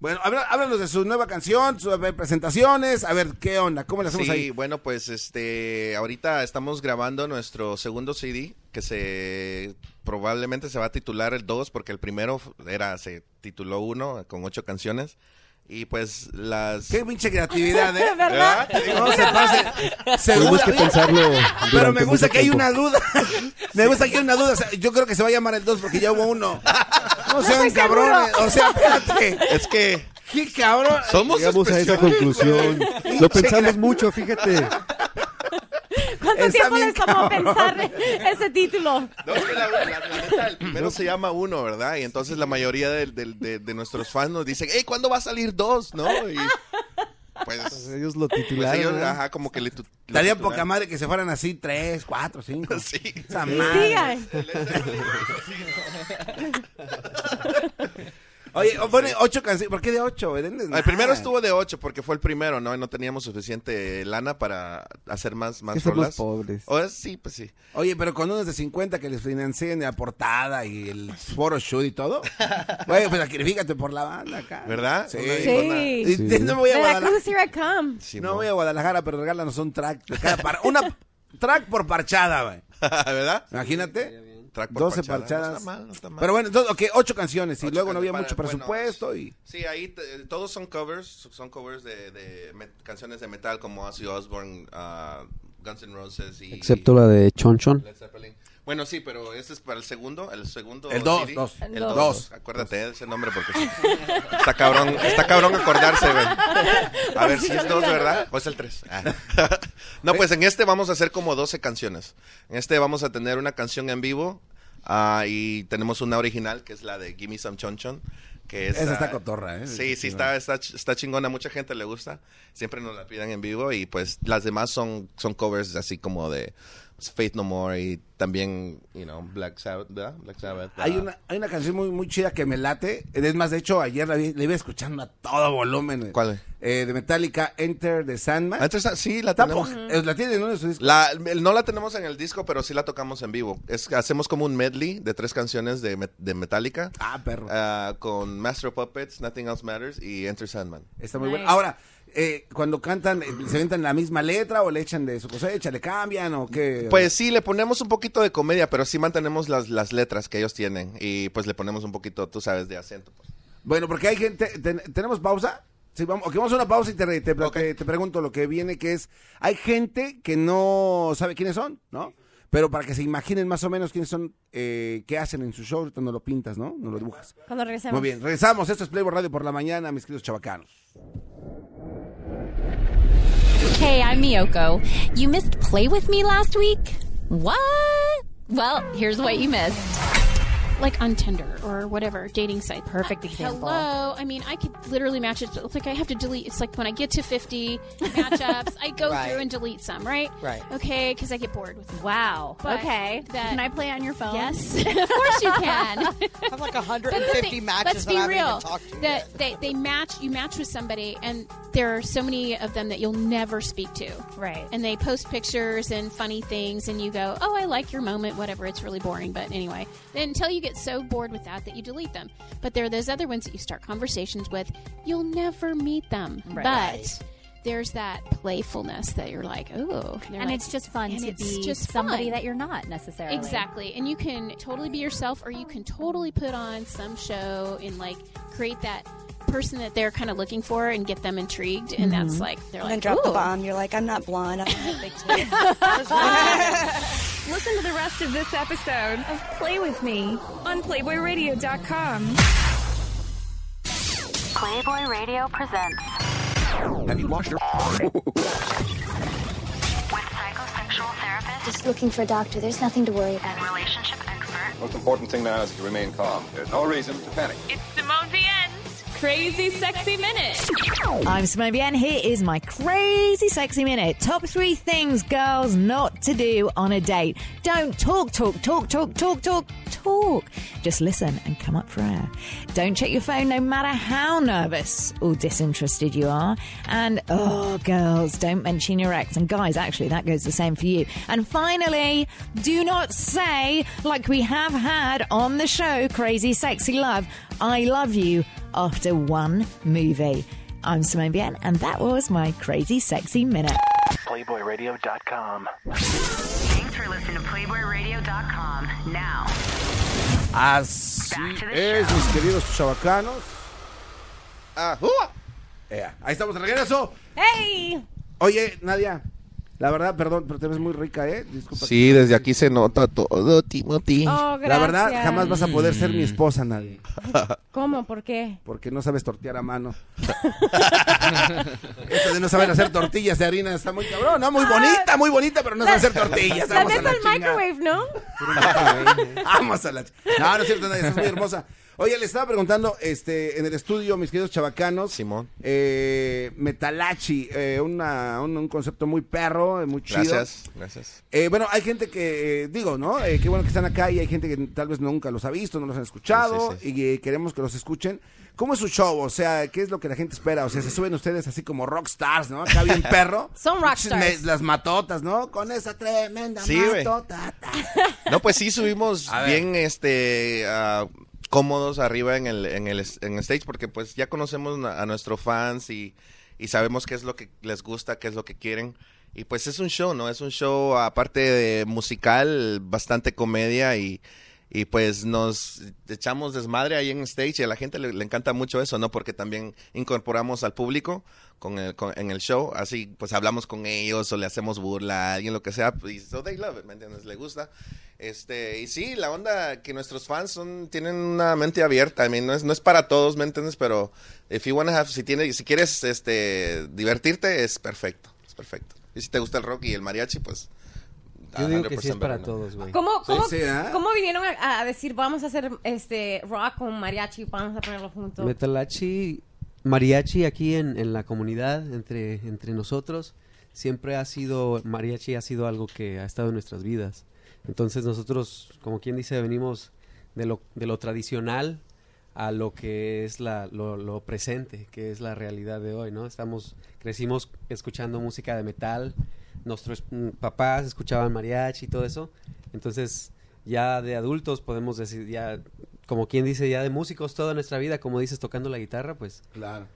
[SPEAKER 1] Bueno, habla- háblanos de su nueva canción, sus eh, presentaciones. A ver, ¿qué onda? ¿Cómo le hacemos
[SPEAKER 9] Sí,
[SPEAKER 1] ahí?
[SPEAKER 9] bueno, pues este, ahorita estamos grabando nuestro segundo CD que se probablemente se va a titular el 2 porque el primero era se tituló uno con ocho canciones y pues las
[SPEAKER 1] Qué pinche creatividad, ¿eh?
[SPEAKER 3] ¿Verdad?
[SPEAKER 1] No se pase.
[SPEAKER 10] Tuvimos
[SPEAKER 1] Segunda-
[SPEAKER 10] que pensarlo.
[SPEAKER 1] Pero
[SPEAKER 10] durante
[SPEAKER 1] me gusta
[SPEAKER 10] mucho
[SPEAKER 1] que hay
[SPEAKER 10] tiempo.
[SPEAKER 1] una duda. Me gusta que hay una duda. O sea, yo creo que se va a llamar el 2 porque ya hubo uno. No sean
[SPEAKER 3] estoy
[SPEAKER 1] cabrones. O sea, espérate.
[SPEAKER 9] es que
[SPEAKER 1] ¡Qué cabrón!
[SPEAKER 9] somos
[SPEAKER 10] Llegamos a esa
[SPEAKER 9] especiales,
[SPEAKER 10] conclusión.
[SPEAKER 9] güey.
[SPEAKER 10] Lo pensamos mucho, fíjate.
[SPEAKER 3] ¿Cuánto
[SPEAKER 1] Está
[SPEAKER 3] tiempo
[SPEAKER 1] bien
[SPEAKER 3] les tomó
[SPEAKER 1] cabrón.
[SPEAKER 3] pensar ese título?
[SPEAKER 9] No, es que la, la- la neta, el primero se llama uno, ¿verdad? Y entonces la mayoría del- del- de, de nuestros fans nos dicen, hey, ¿cuándo va a salir dos? ¿No? Y pues,
[SPEAKER 10] Ellos lo
[SPEAKER 9] pues
[SPEAKER 10] titularon.
[SPEAKER 9] ellos,
[SPEAKER 10] ¿no?
[SPEAKER 9] ajá, como que le tu- le
[SPEAKER 1] ¿eh? Estaría
[SPEAKER 9] titularon.
[SPEAKER 1] poca madre que se fueran así tres, cuatro, cinco.
[SPEAKER 9] Sí.
[SPEAKER 1] Esa
[SPEAKER 3] Y
[SPEAKER 1] madre.
[SPEAKER 3] sigan.
[SPEAKER 1] Oye, o pone ocho canciones. ¿Por qué de ocho? Eden?
[SPEAKER 9] El primero estuvo de ocho porque fue el primero, ¿no? Y no teníamos suficiente lana para hacer más, más
[SPEAKER 10] Que somos
[SPEAKER 9] rolas.
[SPEAKER 10] pobres.
[SPEAKER 9] O es- sí, pues sí.
[SPEAKER 1] Oye, pero con unos de 50 que les financien la portada y el foro shoot y todo. Güey, pues sacrifícate por la banda acá.
[SPEAKER 9] ¿Verdad?
[SPEAKER 1] Sí.
[SPEAKER 9] Una
[SPEAKER 3] Sí.
[SPEAKER 1] Y te- No me voy a Guadalajara.
[SPEAKER 3] Veracruz, here I come.
[SPEAKER 9] Sí,
[SPEAKER 1] no
[SPEAKER 9] mo-
[SPEAKER 1] voy a Guadalajara, pero regálanos un track. de cada par- una track por parchada, güey.
[SPEAKER 9] ¿Verdad?
[SPEAKER 1] Imagínate.
[SPEAKER 9] track por
[SPEAKER 1] 12
[SPEAKER 9] parchada. No está
[SPEAKER 1] parchadas.
[SPEAKER 9] mal, no está mal.
[SPEAKER 1] Pero bueno, entonces, ok, 8 canciones y
[SPEAKER 9] Ocho
[SPEAKER 1] luego no había
[SPEAKER 9] canciones
[SPEAKER 1] mucho
[SPEAKER 9] para-
[SPEAKER 1] presupuesto
[SPEAKER 9] bueno,
[SPEAKER 1] y...
[SPEAKER 9] Sí, ahí t- eh, todos son covers, son covers de, de me- canciones de metal como Ozzy Osbourne, ah, Guns N' Roses y...
[SPEAKER 10] Excepto la de Chon Chon.
[SPEAKER 9] Led Zeppelin. Bueno, sí, pero ese es para el segundo, el segundo...
[SPEAKER 1] El dos,
[SPEAKER 9] CD.
[SPEAKER 1] dos.
[SPEAKER 9] El 2.
[SPEAKER 1] Dos. Dos.
[SPEAKER 9] Acuérdate de ese nombre porque sí. está cabrón, está cabrón acordarse, güey. A ver si es dos, ¿verdad? O es el tres. Ah. No, pues en este vamos a hacer como 12 canciones. En este vamos a tener una canción en vivo ah, y tenemos una original que es la de Gimme Some Chon Chon. Que es,
[SPEAKER 1] Esa está
[SPEAKER 9] ah,
[SPEAKER 1] cotorra, ¿eh?
[SPEAKER 9] Sí, sí, está, está, ch- está chingona. Mucha gente le gusta. Siempre nos la pidan en vivo y pues las demás son, son covers así como de Faith No More y también, you know, Black Sabbath, ¿verdad? Black Sabbath.
[SPEAKER 1] Hay
[SPEAKER 9] ah,
[SPEAKER 1] una, hay una canción muy, muy chida que me late. Es más, de hecho, ayer la, vi- la iba escuchando a todo volumen.
[SPEAKER 9] ¿Cuál?
[SPEAKER 1] Eh, de Metallica, Enter the Sandman.
[SPEAKER 9] Enter Sa- sí, la
[SPEAKER 1] Está
[SPEAKER 9] tenemos.
[SPEAKER 1] po- eh, La tienen, ¿no? Eso es-
[SPEAKER 9] La- el- no la tenemos en el disco, pero sí la tocamos en vivo. Es, hacemos como un medley de tres canciones de, Met- de Metallica.
[SPEAKER 1] Ah, perro.
[SPEAKER 9] con Master of Puppets, Nothing Else Matters y Enter Sandman.
[SPEAKER 1] Está muy
[SPEAKER 9] Nice.
[SPEAKER 1] buena. Ahora, eh, cuando cantan, eh, ¿se inventan la misma letra o le echan de su cosecha? ¿Le cambian o qué?
[SPEAKER 9] Pues sí, le ponemos un poquito de comedia, pero sí mantenemos las, las letras que ellos tienen. Y pues le ponemos un poquito, tú sabes, de acento. pues.
[SPEAKER 1] Bueno, porque hay gente. ten- ¿Tenemos pausa? Sí, vamos, ok, vamos a una pausa y te, re- te, pla- te- te pregunto lo que viene, que es. Hay gente que no sabe quiénes son, ¿no? Pero para que se imaginen más o menos quiénes son, eh, qué hacen en su show, ahorita no lo pintas, ¿no? No lo dibujas.
[SPEAKER 3] Cuando regresemos.
[SPEAKER 1] Muy bien, regresamos. Esto es Playboy Radio por la mañana, mis queridos chavacanos.
[SPEAKER 15] Hey, I'm Miyoko. You missed Play With Me last week? What? Well, here's what you missed.
[SPEAKER 16] like on Tinder or whatever dating site. Perfect
[SPEAKER 15] example.
[SPEAKER 16] Hello, I mean, I could literally match it. It's like I have to delete. It's like when I get to fifty matchups, I go
[SPEAKER 15] Right.
[SPEAKER 16] through and delete some, right?
[SPEAKER 15] Right.
[SPEAKER 16] Okay, because I get bored with. Them. Wow.
[SPEAKER 15] Okay. Can I play on your phone?
[SPEAKER 16] Yes, of course you can. I have like
[SPEAKER 17] 150 matches
[SPEAKER 16] Let's
[SPEAKER 17] that
[SPEAKER 16] be
[SPEAKER 17] I haven't
[SPEAKER 16] real.
[SPEAKER 17] even talked to
[SPEAKER 16] that they, they match. You match with somebody, and there are so many of them that you'll never speak to. Right. And they post pictures and funny things, and you go, "Oh, I like your moment." Whatever. It's really boring, but anyway. Then until you get so bored with that that you delete them. But there are those other ones that you start conversations with. You'll never meet them.
[SPEAKER 15] Right.
[SPEAKER 16] But. There's that playfulness that you're like, oh,
[SPEAKER 15] And it's just fun to be somebody that you're not necessarily.
[SPEAKER 16] Exactly. And you can totally be yourself or you can totally put on some show and like create that person that they're kind of looking for and get them intrigued and
[SPEAKER 15] Mm-hmm.
[SPEAKER 16] that's
[SPEAKER 18] Mhm.
[SPEAKER 16] like they're
[SPEAKER 18] And
[SPEAKER 16] like
[SPEAKER 18] then drop the
[SPEAKER 16] "Ooh."
[SPEAKER 18] bomb. You're like, I'm not blonde. I'm not big titties."
[SPEAKER 5] Listen to the rest of this episode of Play With Me on PlayboyRadio.com.
[SPEAKER 8] Playboy Radio presents
[SPEAKER 19] Have you washed your
[SPEAKER 8] psychosexual therapist
[SPEAKER 20] Just looking for a doctor. There's nothing to worry about.
[SPEAKER 8] and relationship expert.
[SPEAKER 19] Most important thing now is that you remain calm. There's no reason to panic.
[SPEAKER 5] It's Simone Vien's Crazy Sexy Minute.
[SPEAKER 21] I'm Simone Bien. Here is my crazy sexy minute. Top three things girls not to do on a date. Don't talk, talk, talk, talk, talk, talk, talk. Just listen and come up for air. Don't check your phone no matter how nervous or disinterested you are. And oh, girls, don't mention your ex. And guys, actually, that goes the same for you. And finally, do not say, like we have had on the show, Crazy Sexy Love, I love you after one movie. I'm Simone Bien, and that was my crazy sexy minute.
[SPEAKER 11] PlayboyRadio.com.
[SPEAKER 8] Thanks for listening to PlayboyRadio.com. Now,
[SPEAKER 1] Así es, mis queridos chavacanos. Ea, ahí estamos de regreso.
[SPEAKER 3] ¡Hey!
[SPEAKER 1] Oye, Nadia, la verdad, perdón, pero te ves muy rica, ¿eh? Disculpa.
[SPEAKER 9] Sí, desde aquí se nota todo, Timothy.
[SPEAKER 3] Oh,
[SPEAKER 1] La verdad,
[SPEAKER 3] gracias.
[SPEAKER 1] jamás vas a poder ser mi esposa, Nadia.
[SPEAKER 3] ¿Cómo? ¿Por qué?
[SPEAKER 1] Porque no sabes tortear a mano. Eso de no saber hacer tortillas de harina está muy cabrón, ¿no? Muy bonita, muy bonita, pero no sabe hacer tortillas.
[SPEAKER 3] La
[SPEAKER 1] Vamos a
[SPEAKER 3] meto
[SPEAKER 1] la
[SPEAKER 3] al microwave, ¿no?
[SPEAKER 1] chingada. Vamos a la ch- No, no es cierto, Nadia, estás muy hermosa. Oye, le estaba preguntando este, en el estudio, mis queridos chavacanos. Simón. metalachi, eh, una- un, un concepto muy perro, eh, muy chido.
[SPEAKER 9] Gracias, gracias.
[SPEAKER 1] Eh, bueno, hay gente que, eh, digo, ¿no? Eh, qué bueno que están acá y hay gente que tal vez nunca los ha visto, no los han escuchado
[SPEAKER 9] Sí,
[SPEAKER 1] y eh, queremos que los escuchen. ¿Cómo es su show? O sea, ¿qué es lo que la gente espera? O sea, se suben ustedes así como rockstars, ¿no? Acá bien perro.
[SPEAKER 3] Son rockstars.
[SPEAKER 1] Me- las matotas, ¿no? Con esa tremenda
[SPEAKER 9] Sí, güey.
[SPEAKER 1] matota.
[SPEAKER 9] No, pues sí, subimos bien este ah, cómodos arriba en el, en el es- en el stage porque pues ya conocemos na- a nuestros fans y, y sabemos qué es lo que les gusta, qué es lo que quieren. Y pues es un show, ¿no? Es un show aparte de musical, bastante comedia y, Y pues nos echamos desmadre ahí en stage y a la gente le, le encanta mucho eso, ¿no? Porque también incorporamos al público con el, con- en el show, así pues hablamos con ellos o le hacemos burla a alguien, lo que sea, pues, y so they love it, ¿me entiendes? Le gusta. Este, y sí, la onda que nuestros fans son, tienen una mente abierta, I mean, no es, no es para todos, ¿me entiendes? Pero if you wanna have- si, tienes, si quieres este, divertirte, es perfecto, es perfecto. Y si te gusta el rock y el mariachi, pues...
[SPEAKER 10] Yo digo
[SPEAKER 3] pues,
[SPEAKER 10] que sí
[SPEAKER 9] 100%
[SPEAKER 10] es para
[SPEAKER 9] verano.
[SPEAKER 10] todos, güey.
[SPEAKER 3] ¿Cómo, cómo,
[SPEAKER 9] Sí,
[SPEAKER 1] ¿eh?
[SPEAKER 9] ¿ah?
[SPEAKER 3] cómo vinieron a, a decir vamos a hacer este rock con mariachi, vamos a ponerlo juntos?
[SPEAKER 10] Metalachi, mariachi aquí en, en la comunidad, entre, entre nosotros, siempre ha sido, mariachi ha sido algo que ha estado en nuestras vidas. Entonces nosotros, como quien dice, venimos de lo, de lo tradicional a lo que es la, lo, lo presente, que es la realidad de hoy, ¿no? Estamos, crecimos escuchando música de metal, nuestros mm, papás escuchaban mariachi y todo eso, entonces ya de adultos podemos decir, ya, como quien dice, ya de músicos toda nuestra vida, como dices, tocando la guitarra, pues.
[SPEAKER 1] Claro.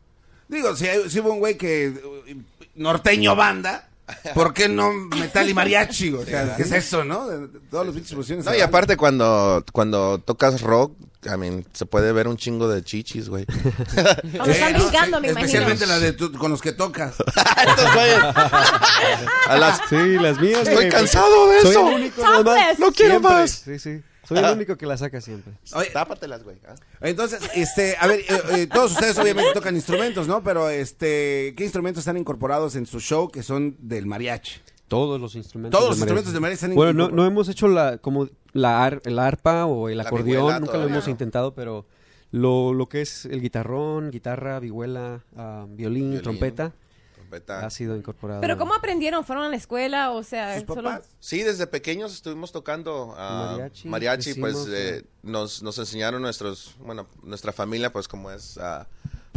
[SPEAKER 1] Digo, si, hay- si hubo un güey que. eh, Norteño banda. ¿Por qué no metal y mariachi? O sea, ¿qué es eso, no? De- de- Todas las pinches fusiones.
[SPEAKER 9] No, y aparte cuando, cuando tocas rock, I mean, se puede ver un chingo de chichis, güey.
[SPEAKER 3] Cuando están brincando, me imagino.
[SPEAKER 1] Eh, Especialmente la de tú- con los que tocas.
[SPEAKER 9] A las-
[SPEAKER 10] Sí, las mías.
[SPEAKER 9] Estoy
[SPEAKER 10] güey, pues.
[SPEAKER 9] cansado de
[SPEAKER 10] soy
[SPEAKER 9] eso.
[SPEAKER 10] el único, nada más.
[SPEAKER 9] Topless. No quiero
[SPEAKER 10] Siempre,
[SPEAKER 9] más. Ah.
[SPEAKER 10] Sí, sí. Soy el único que la saca siempre.
[SPEAKER 9] Tápatelas, güey. ¿ah?
[SPEAKER 1] Entonces, este, a ver, eh, eh, todos ustedes obviamente tocan instrumentos, ¿no? Pero, este, ¿qué instrumentos están incorporados en su show que son del mariachi?
[SPEAKER 10] Todos los instrumentos.
[SPEAKER 1] Todos los
[SPEAKER 10] del
[SPEAKER 1] instrumentos de mariachi están
[SPEAKER 10] Bueno, no,
[SPEAKER 1] incorporados.
[SPEAKER 10] no hemos hecho la como la ar- el arpa o el
[SPEAKER 1] La
[SPEAKER 10] acordeón,
[SPEAKER 1] vihuela
[SPEAKER 10] nunca lo
[SPEAKER 1] todavía,
[SPEAKER 10] hemos
[SPEAKER 1] ¿no?
[SPEAKER 10] intentado, pero lo, lo que es el guitarrón, guitarra, vihuela, ah, violín,
[SPEAKER 9] Violín,
[SPEAKER 10] trompeta,
[SPEAKER 9] trompeta.
[SPEAKER 10] ha sido incorporado.
[SPEAKER 3] Pero ¿cómo aprendieron? ¿Fueron a la escuela? O sea, solo...
[SPEAKER 9] Sí, desde pequeños estuvimos tocando ah,
[SPEAKER 10] Mariachi,
[SPEAKER 9] mariachi,
[SPEAKER 10] hicimos,
[SPEAKER 9] pues eh, nos, nos enseñaron nuestros, bueno, nuestra familia, pues como es ah,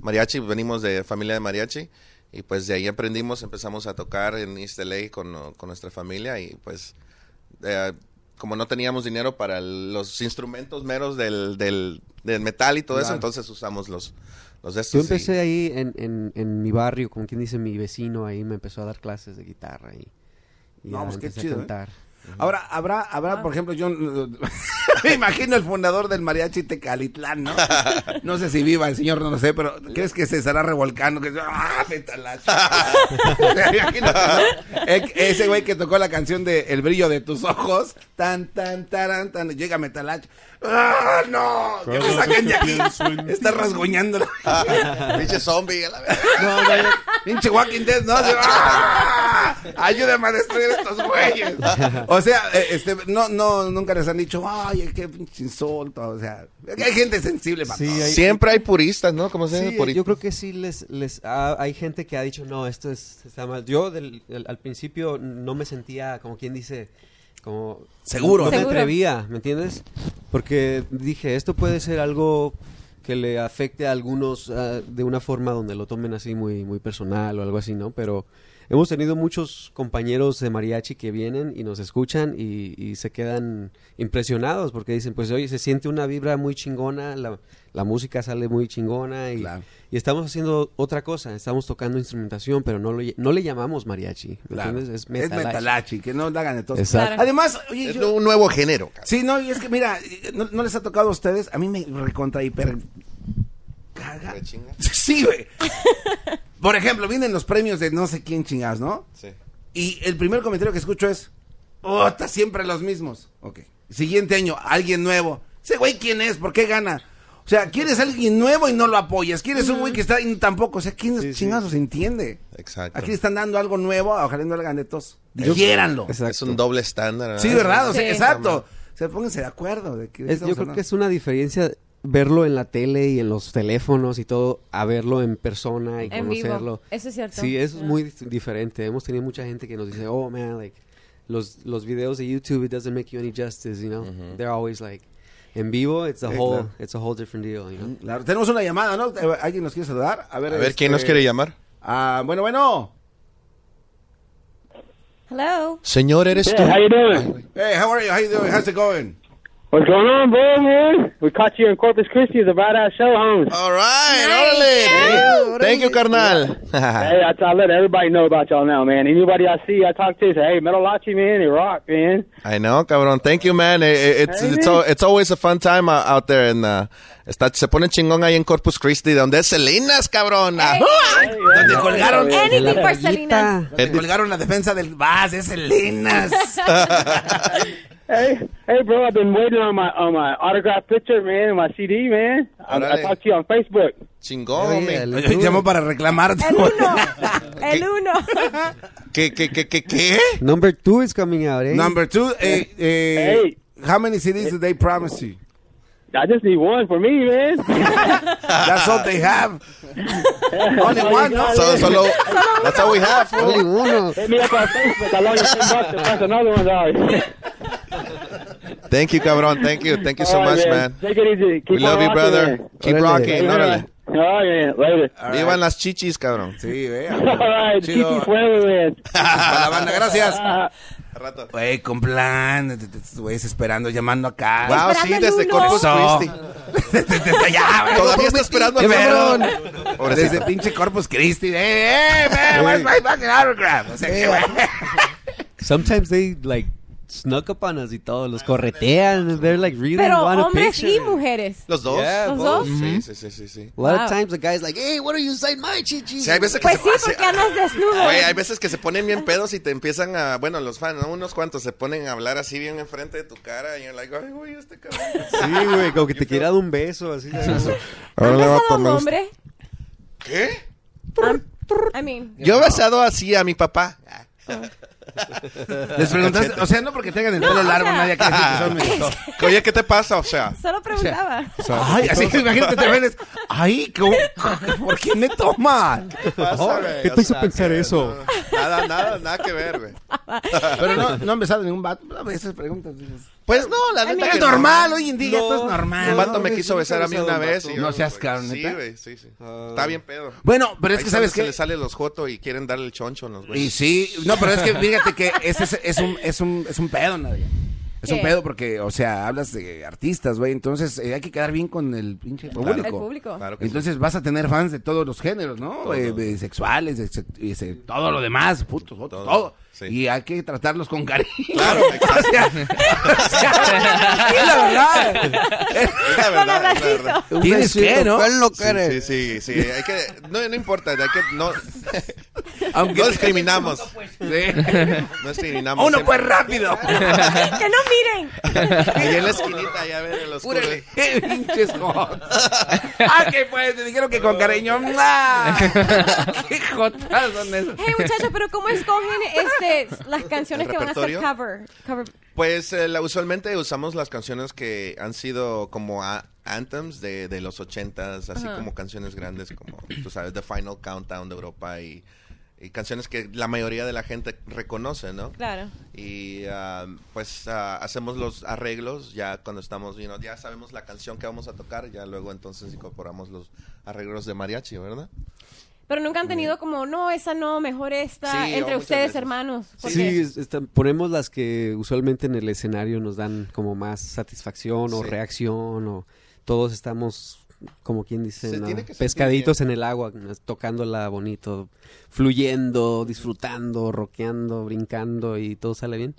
[SPEAKER 9] mariachi, venimos de familia de mariachi y pues de ahí aprendimos, empezamos a tocar en East LA con, ah, con nuestra familia y pues eh, como no teníamos dinero para el- los instrumentos meros del, del, del metal y todo eso,
[SPEAKER 10] Claro.
[SPEAKER 9] entonces usamos los, los de estos.
[SPEAKER 10] Yo
[SPEAKER 9] y-
[SPEAKER 10] empecé ahí en, en, en mi barrio, como quien dice mi vecino, ahí me empezó a dar clases de guitarra y, y
[SPEAKER 1] No,
[SPEAKER 10] ya
[SPEAKER 1] pues qué
[SPEAKER 10] empecé a
[SPEAKER 1] chido, ¿eh?
[SPEAKER 10] cantar.
[SPEAKER 1] Ahora, habrá, habrá, por ejemplo, yo me imagino el fundador del mariachi Tecalitlán, ¿no? No sé si viva el señor, no lo sé, pero ¿crees que se estará revolcando? Que, ¡Ah, metalachi! Me imagino, ¿no? E- Ese güey que tocó la canción de El brillo de tus ojos, tan, tan, taran, tan, llega metalachi. ¡Ah, no! ¡Que me saquen de aquí! Está rasguñando.
[SPEAKER 9] Pinche zombie, a la verga.
[SPEAKER 1] No, no, yo- pinche Walking Dead, ¿no? Así, ¡ah! Ayúdame a destruir estos güeyes. O sea, eh, este, no, no, nunca les han dicho, ay, qué pinche insulto. O sea, hay gente sensible, para todo.
[SPEAKER 9] Siempre hay puristas, ¿no? Como se dice,
[SPEAKER 10] Sí,
[SPEAKER 9] puristas.
[SPEAKER 10] yo creo que sí les, les ha- hay gente que ha dicho no esto es, está mal. Yo del- del- al principio no me sentía como quien dice como
[SPEAKER 1] Seguro.
[SPEAKER 10] No me
[SPEAKER 1] Seguro.
[SPEAKER 10] atrevía, ¿me entiendes? Porque dije esto puede ser algo que le afecte a algunos ah, de una forma donde lo tomen así muy muy personal o algo así, ¿no? Pero hemos tenido muchos compañeros de mariachi que vienen y nos escuchan y, y se quedan impresionados porque dicen pues oye se siente una vibra muy chingona la la música sale muy chingona y, y estamos haciendo otra cosa, estamos tocando instrumentación, pero no, lo lle- no le llamamos mariachi, ¿me
[SPEAKER 1] Claro.
[SPEAKER 10] entiendes? Es
[SPEAKER 1] Es
[SPEAKER 10] metalachi.
[SPEAKER 1] metalachi, que no la hagan de todos.
[SPEAKER 10] Exacto. Claro.
[SPEAKER 1] Además, oye,
[SPEAKER 9] Es
[SPEAKER 1] yo-
[SPEAKER 9] un nuevo género.
[SPEAKER 1] Sí, no, y es que mira, no, no les ha tocado a ustedes, a mí me recontra hiper... Caga. Sí, güey. Por ejemplo, vienen los premios de no sé quién chingas, ¿no?
[SPEAKER 9] Sí.
[SPEAKER 1] Y el primer comentario que escucho es, ¡Ota, siempre los mismos! Ok. Siguiente año, alguien nuevo. Ese güey, ¿quién es? ¿Por qué gana? O sea, quieres alguien nuevo y no lo apoyas. Quieres un güey que está y tampoco. O sea, ¿quién chingados se entiende?
[SPEAKER 9] Exacto.
[SPEAKER 1] Aquí le están dando algo nuevo, ojalá no lo hagan de tos. Digiéranlo.
[SPEAKER 9] Es un doble estándar. ¿no?
[SPEAKER 1] Sí, ¿verdad? O sea,
[SPEAKER 9] Sí.
[SPEAKER 1] exacto. O sea, pónganse de acuerdo. De que
[SPEAKER 10] Ah, Es- yo creo que es una diferencia verlo en la tele y en los teléfonos y todo, a verlo en persona y
[SPEAKER 3] En vivo.
[SPEAKER 10] conocerlo.
[SPEAKER 3] Eso es cierto.
[SPEAKER 10] Sí, eso
[SPEAKER 3] Yeah.
[SPEAKER 10] es muy dif- diferente. Hemos tenido mucha gente que nos dice, oh man, like, los, los videos de YouTube, it doesn't make you any justice, you know? They're always like, en vivo, it's a
[SPEAKER 1] Sí,
[SPEAKER 10] whole,
[SPEAKER 1] claro.
[SPEAKER 10] it's a whole different deal, you know?
[SPEAKER 1] Claro, tenemos una llamada, ¿no? Eh, ¿Alguien nos quiere saludar? A ver, este,
[SPEAKER 9] A ver, ¿quién nos quiere llamar?
[SPEAKER 1] Ah, bueno, bueno.
[SPEAKER 3] Hello.
[SPEAKER 9] Señor, eres
[SPEAKER 1] Yeah,
[SPEAKER 9] tú.
[SPEAKER 1] how you
[SPEAKER 9] Ay,
[SPEAKER 1] Hey, how are you? How you doing? How's it going?
[SPEAKER 17] What's going on, bro, man? We caught you in Corpus Christi. It's a badass show, homie.
[SPEAKER 9] All right,
[SPEAKER 17] órale.
[SPEAKER 1] hombre.
[SPEAKER 17] Thank you, carnal.
[SPEAKER 22] hey, I, I let everybody know about y'all now, man. Anybody I see, I talk to, say, hey, Metalachi, man, they rock, man.
[SPEAKER 9] I know, cabrón. Thank you, man. Eh, eh, It's,
[SPEAKER 22] Hey,
[SPEAKER 9] it's,
[SPEAKER 22] man.
[SPEAKER 9] al- it's always a fun time uh, out there. And, uh, está, se pone chingón ahí en Corpus Christi, donde es Salinas, cabrón. Ah,
[SPEAKER 1] Donde colgaron.
[SPEAKER 9] Anything for
[SPEAKER 1] Salinas.
[SPEAKER 9] Donde
[SPEAKER 1] colgaron la defensa del VAS, es Salinas.
[SPEAKER 22] Hey, hey, bro, I've been waiting on my on my autograph picture, man, and my CD, man. I, I
[SPEAKER 9] Alright.
[SPEAKER 22] talked to you on Facebook.
[SPEAKER 9] Chingón,
[SPEAKER 1] Oye, Llamó para reclamarte.
[SPEAKER 3] El uno.
[SPEAKER 9] ¿Qué, qué, qué, qué, qué?
[SPEAKER 10] Number two is coming out, eh?
[SPEAKER 1] Number two, eh, eh, how many CDs did they promise you?
[SPEAKER 22] I just need one for me, man.
[SPEAKER 1] That's all they have. Only
[SPEAKER 22] Oh,
[SPEAKER 1] one,
[SPEAKER 22] you
[SPEAKER 1] ¿no?
[SPEAKER 22] got it.
[SPEAKER 9] that's all we have, fool. Only
[SPEAKER 22] Hit me up on Facebook. I loan you 10 bucks to press another one out.
[SPEAKER 9] Thank you, cabrón. Thank you. Thank you so
[SPEAKER 22] All right,
[SPEAKER 9] much,
[SPEAKER 22] man.
[SPEAKER 9] man.
[SPEAKER 22] Take it easy. Keep
[SPEAKER 9] We
[SPEAKER 22] on
[SPEAKER 9] love you,
[SPEAKER 22] rocking,
[SPEAKER 9] brother.
[SPEAKER 22] man.
[SPEAKER 9] Keep
[SPEAKER 22] Órale.
[SPEAKER 9] rocking.
[SPEAKER 22] Yeah.
[SPEAKER 9] Órale.
[SPEAKER 22] All right, later.
[SPEAKER 9] Vivan las chichis, cabrón.
[SPEAKER 1] Sí, vea.
[SPEAKER 22] All right,
[SPEAKER 1] Chido.
[SPEAKER 22] Chichi Fuego, man.
[SPEAKER 1] Para la banda, gracias.
[SPEAKER 9] rato.
[SPEAKER 1] Güey, con plan, te- te- te- güey, esperando, llamando acá.
[SPEAKER 9] Wow, sí, Esperando el desde uno. Corpus
[SPEAKER 1] Christi. desde, desde allá, güey.
[SPEAKER 9] Todavía está esperando
[SPEAKER 1] Qué
[SPEAKER 9] al cabrón.
[SPEAKER 1] pedo.
[SPEAKER 9] Pobrecito.
[SPEAKER 1] Desde pinche Corpus Christi. ¡Eh, eh, man! Where's my fucking autograph? O sea, que, güey.
[SPEAKER 10] Sometimes they like snuck up on us y todo. Los corretean. They're like really
[SPEAKER 3] Pero
[SPEAKER 10] want a
[SPEAKER 3] hombres
[SPEAKER 10] picture.
[SPEAKER 3] y mujeres.
[SPEAKER 9] Los dos.
[SPEAKER 10] Yeah,
[SPEAKER 3] Los
[SPEAKER 10] both.
[SPEAKER 3] dos. Mm-hmm.
[SPEAKER 9] Sí, sí, sí, sí, sí.
[SPEAKER 10] A lot of
[SPEAKER 3] Wow.
[SPEAKER 10] times the guy's like, hey, what are you saying, my chichi?
[SPEAKER 9] Sí, hay veces que
[SPEAKER 3] Pues
[SPEAKER 9] se
[SPEAKER 3] sí,
[SPEAKER 9] hace-
[SPEAKER 3] porque andas desnudo.
[SPEAKER 9] Güey, hay veces que se ponen bien pedos y te empiezan a, bueno, los fans, ¿no? unos cuantos se ponen a hablar así bien enfrente de tu cara y you're like, ay, güey, este cabrón.
[SPEAKER 10] Sí, güey, como que te quiera dar un beso. Así,
[SPEAKER 9] Ahora le va a
[SPEAKER 3] ¿Has besado a un hombre?
[SPEAKER 9] ¿Qué?
[SPEAKER 3] I mean,
[SPEAKER 9] Yo he besado así a mi papá.
[SPEAKER 1] Les preguntaste, o sea, no porque tengan el pelo largo, nadie quiere decir que son mexicanos.
[SPEAKER 9] Oye, ¿qué te pasa? O sea,
[SPEAKER 3] solo preguntaba.
[SPEAKER 9] o sea,
[SPEAKER 1] Ay, así que imagínate, te ven, es, ay, ¿cómo- ¿por qué me toma?
[SPEAKER 9] ¿qué pasa, güey?
[SPEAKER 1] ¿Qué
[SPEAKER 9] O
[SPEAKER 1] te hizo
[SPEAKER 9] sea,
[SPEAKER 1] pensar
[SPEAKER 9] que
[SPEAKER 1] eso?
[SPEAKER 9] no, nada, nada, nada que ver, güey.
[SPEAKER 1] Pero no, no han besado ningún vato. A veces preguntas.
[SPEAKER 9] Pues no, la
[SPEAKER 1] Ay,
[SPEAKER 9] neta
[SPEAKER 1] mira,
[SPEAKER 9] que
[SPEAKER 1] es normal, hoy en día ya todo es normal.
[SPEAKER 9] Un vato
[SPEAKER 1] No,
[SPEAKER 9] me
[SPEAKER 1] güey,
[SPEAKER 9] quiso
[SPEAKER 1] sí,
[SPEAKER 9] besar a mí
[SPEAKER 1] besado
[SPEAKER 9] una
[SPEAKER 1] un
[SPEAKER 9] vez.
[SPEAKER 1] vato. Ah.
[SPEAKER 9] y
[SPEAKER 1] No
[SPEAKER 9] yo,
[SPEAKER 1] seas
[SPEAKER 9] güey,
[SPEAKER 1] cabrón,
[SPEAKER 9] Sí,
[SPEAKER 1] ¿neta?
[SPEAKER 9] güey, sí, sí. Está bien pedo.
[SPEAKER 1] Bueno, pero es que, ¿sabes
[SPEAKER 9] que
[SPEAKER 1] qué?
[SPEAKER 9] Se le salen los jotos y quieren darle el choncho a los güeyes.
[SPEAKER 1] Y sí, no, pero es que fíjate que ese es, es un, es, un, es un pedo, Nadia. Es un
[SPEAKER 3] ¿Qué?
[SPEAKER 1] pedo porque, o sea, hablas de artistas, güey, entonces eh, hay que quedar bien con el pinche
[SPEAKER 3] Claro.
[SPEAKER 1] público.
[SPEAKER 3] El público. Claro que
[SPEAKER 1] entonces vas a tener fans de todos los géneros, ¿no? Eh, de sexuales, de se- y se- todo lo demás, putos, jotos, todo. Y hay que tratarlos con cariño. Claro, o sea, o sea, sí, la verdad.
[SPEAKER 9] La verdad, la verdad.
[SPEAKER 1] Un Tienes besito, que, ¿no? ¿cuál no
[SPEAKER 9] Sí,
[SPEAKER 1] quieres?
[SPEAKER 9] Sí, sí, sí. Hay que, no, no importa, hay que, no,
[SPEAKER 1] Aunque-
[SPEAKER 9] no discriminamos.
[SPEAKER 1] Sí.
[SPEAKER 9] No discriminamos.
[SPEAKER 1] Uno, pues,
[SPEAKER 9] siempre.
[SPEAKER 1] rápido.
[SPEAKER 3] que no miren.
[SPEAKER 9] Ahí en la esquinita, ya ven, en los
[SPEAKER 1] Púrele. Pinches jotos. Ah, que pues, te dijeron que con cariño. ¡mua! Qué jotas son esas.
[SPEAKER 3] Hey, muchachos, pero ¿cómo escogen este, las canciones
[SPEAKER 9] ¿El
[SPEAKER 3] que van a hacer
[SPEAKER 9] repertorio?
[SPEAKER 3] cover? cover?
[SPEAKER 9] Pues eh, la- usualmente usamos las canciones que han sido como a- anthems de, de los ochentas, así
[SPEAKER 3] Ajá.
[SPEAKER 9] como canciones grandes como, tú sabes, The Final Countdown de Europa y, y canciones que la mayoría de la gente reconoce, ¿no?
[SPEAKER 3] Claro.
[SPEAKER 9] Y ah, pues ah, hacemos los arreglos ya cuando estamos, you know, ya sabemos la canción que vamos a tocar, ya luego entonces incorporamos los arreglos de mariachi, ¿verdad?
[SPEAKER 3] Pero nunca han tenido como, no, esa no, mejor esta,
[SPEAKER 9] Sí, o
[SPEAKER 3] entre
[SPEAKER 9] muchas
[SPEAKER 3] ustedes,
[SPEAKER 9] veces.
[SPEAKER 3] hermanos. porque-
[SPEAKER 10] Sí, es- están- ponemos las que usualmente en el escenario nos dan como más satisfacción o
[SPEAKER 9] Sí.
[SPEAKER 10] reacción o todos estamos como quien dice,
[SPEAKER 9] Se
[SPEAKER 10] ¿no?
[SPEAKER 9] tiene que sentir
[SPEAKER 10] pescaditos en el agua, ¿no? tocándola bonito, fluyendo, disfrutando, roqueando, brincando y todo sale bien.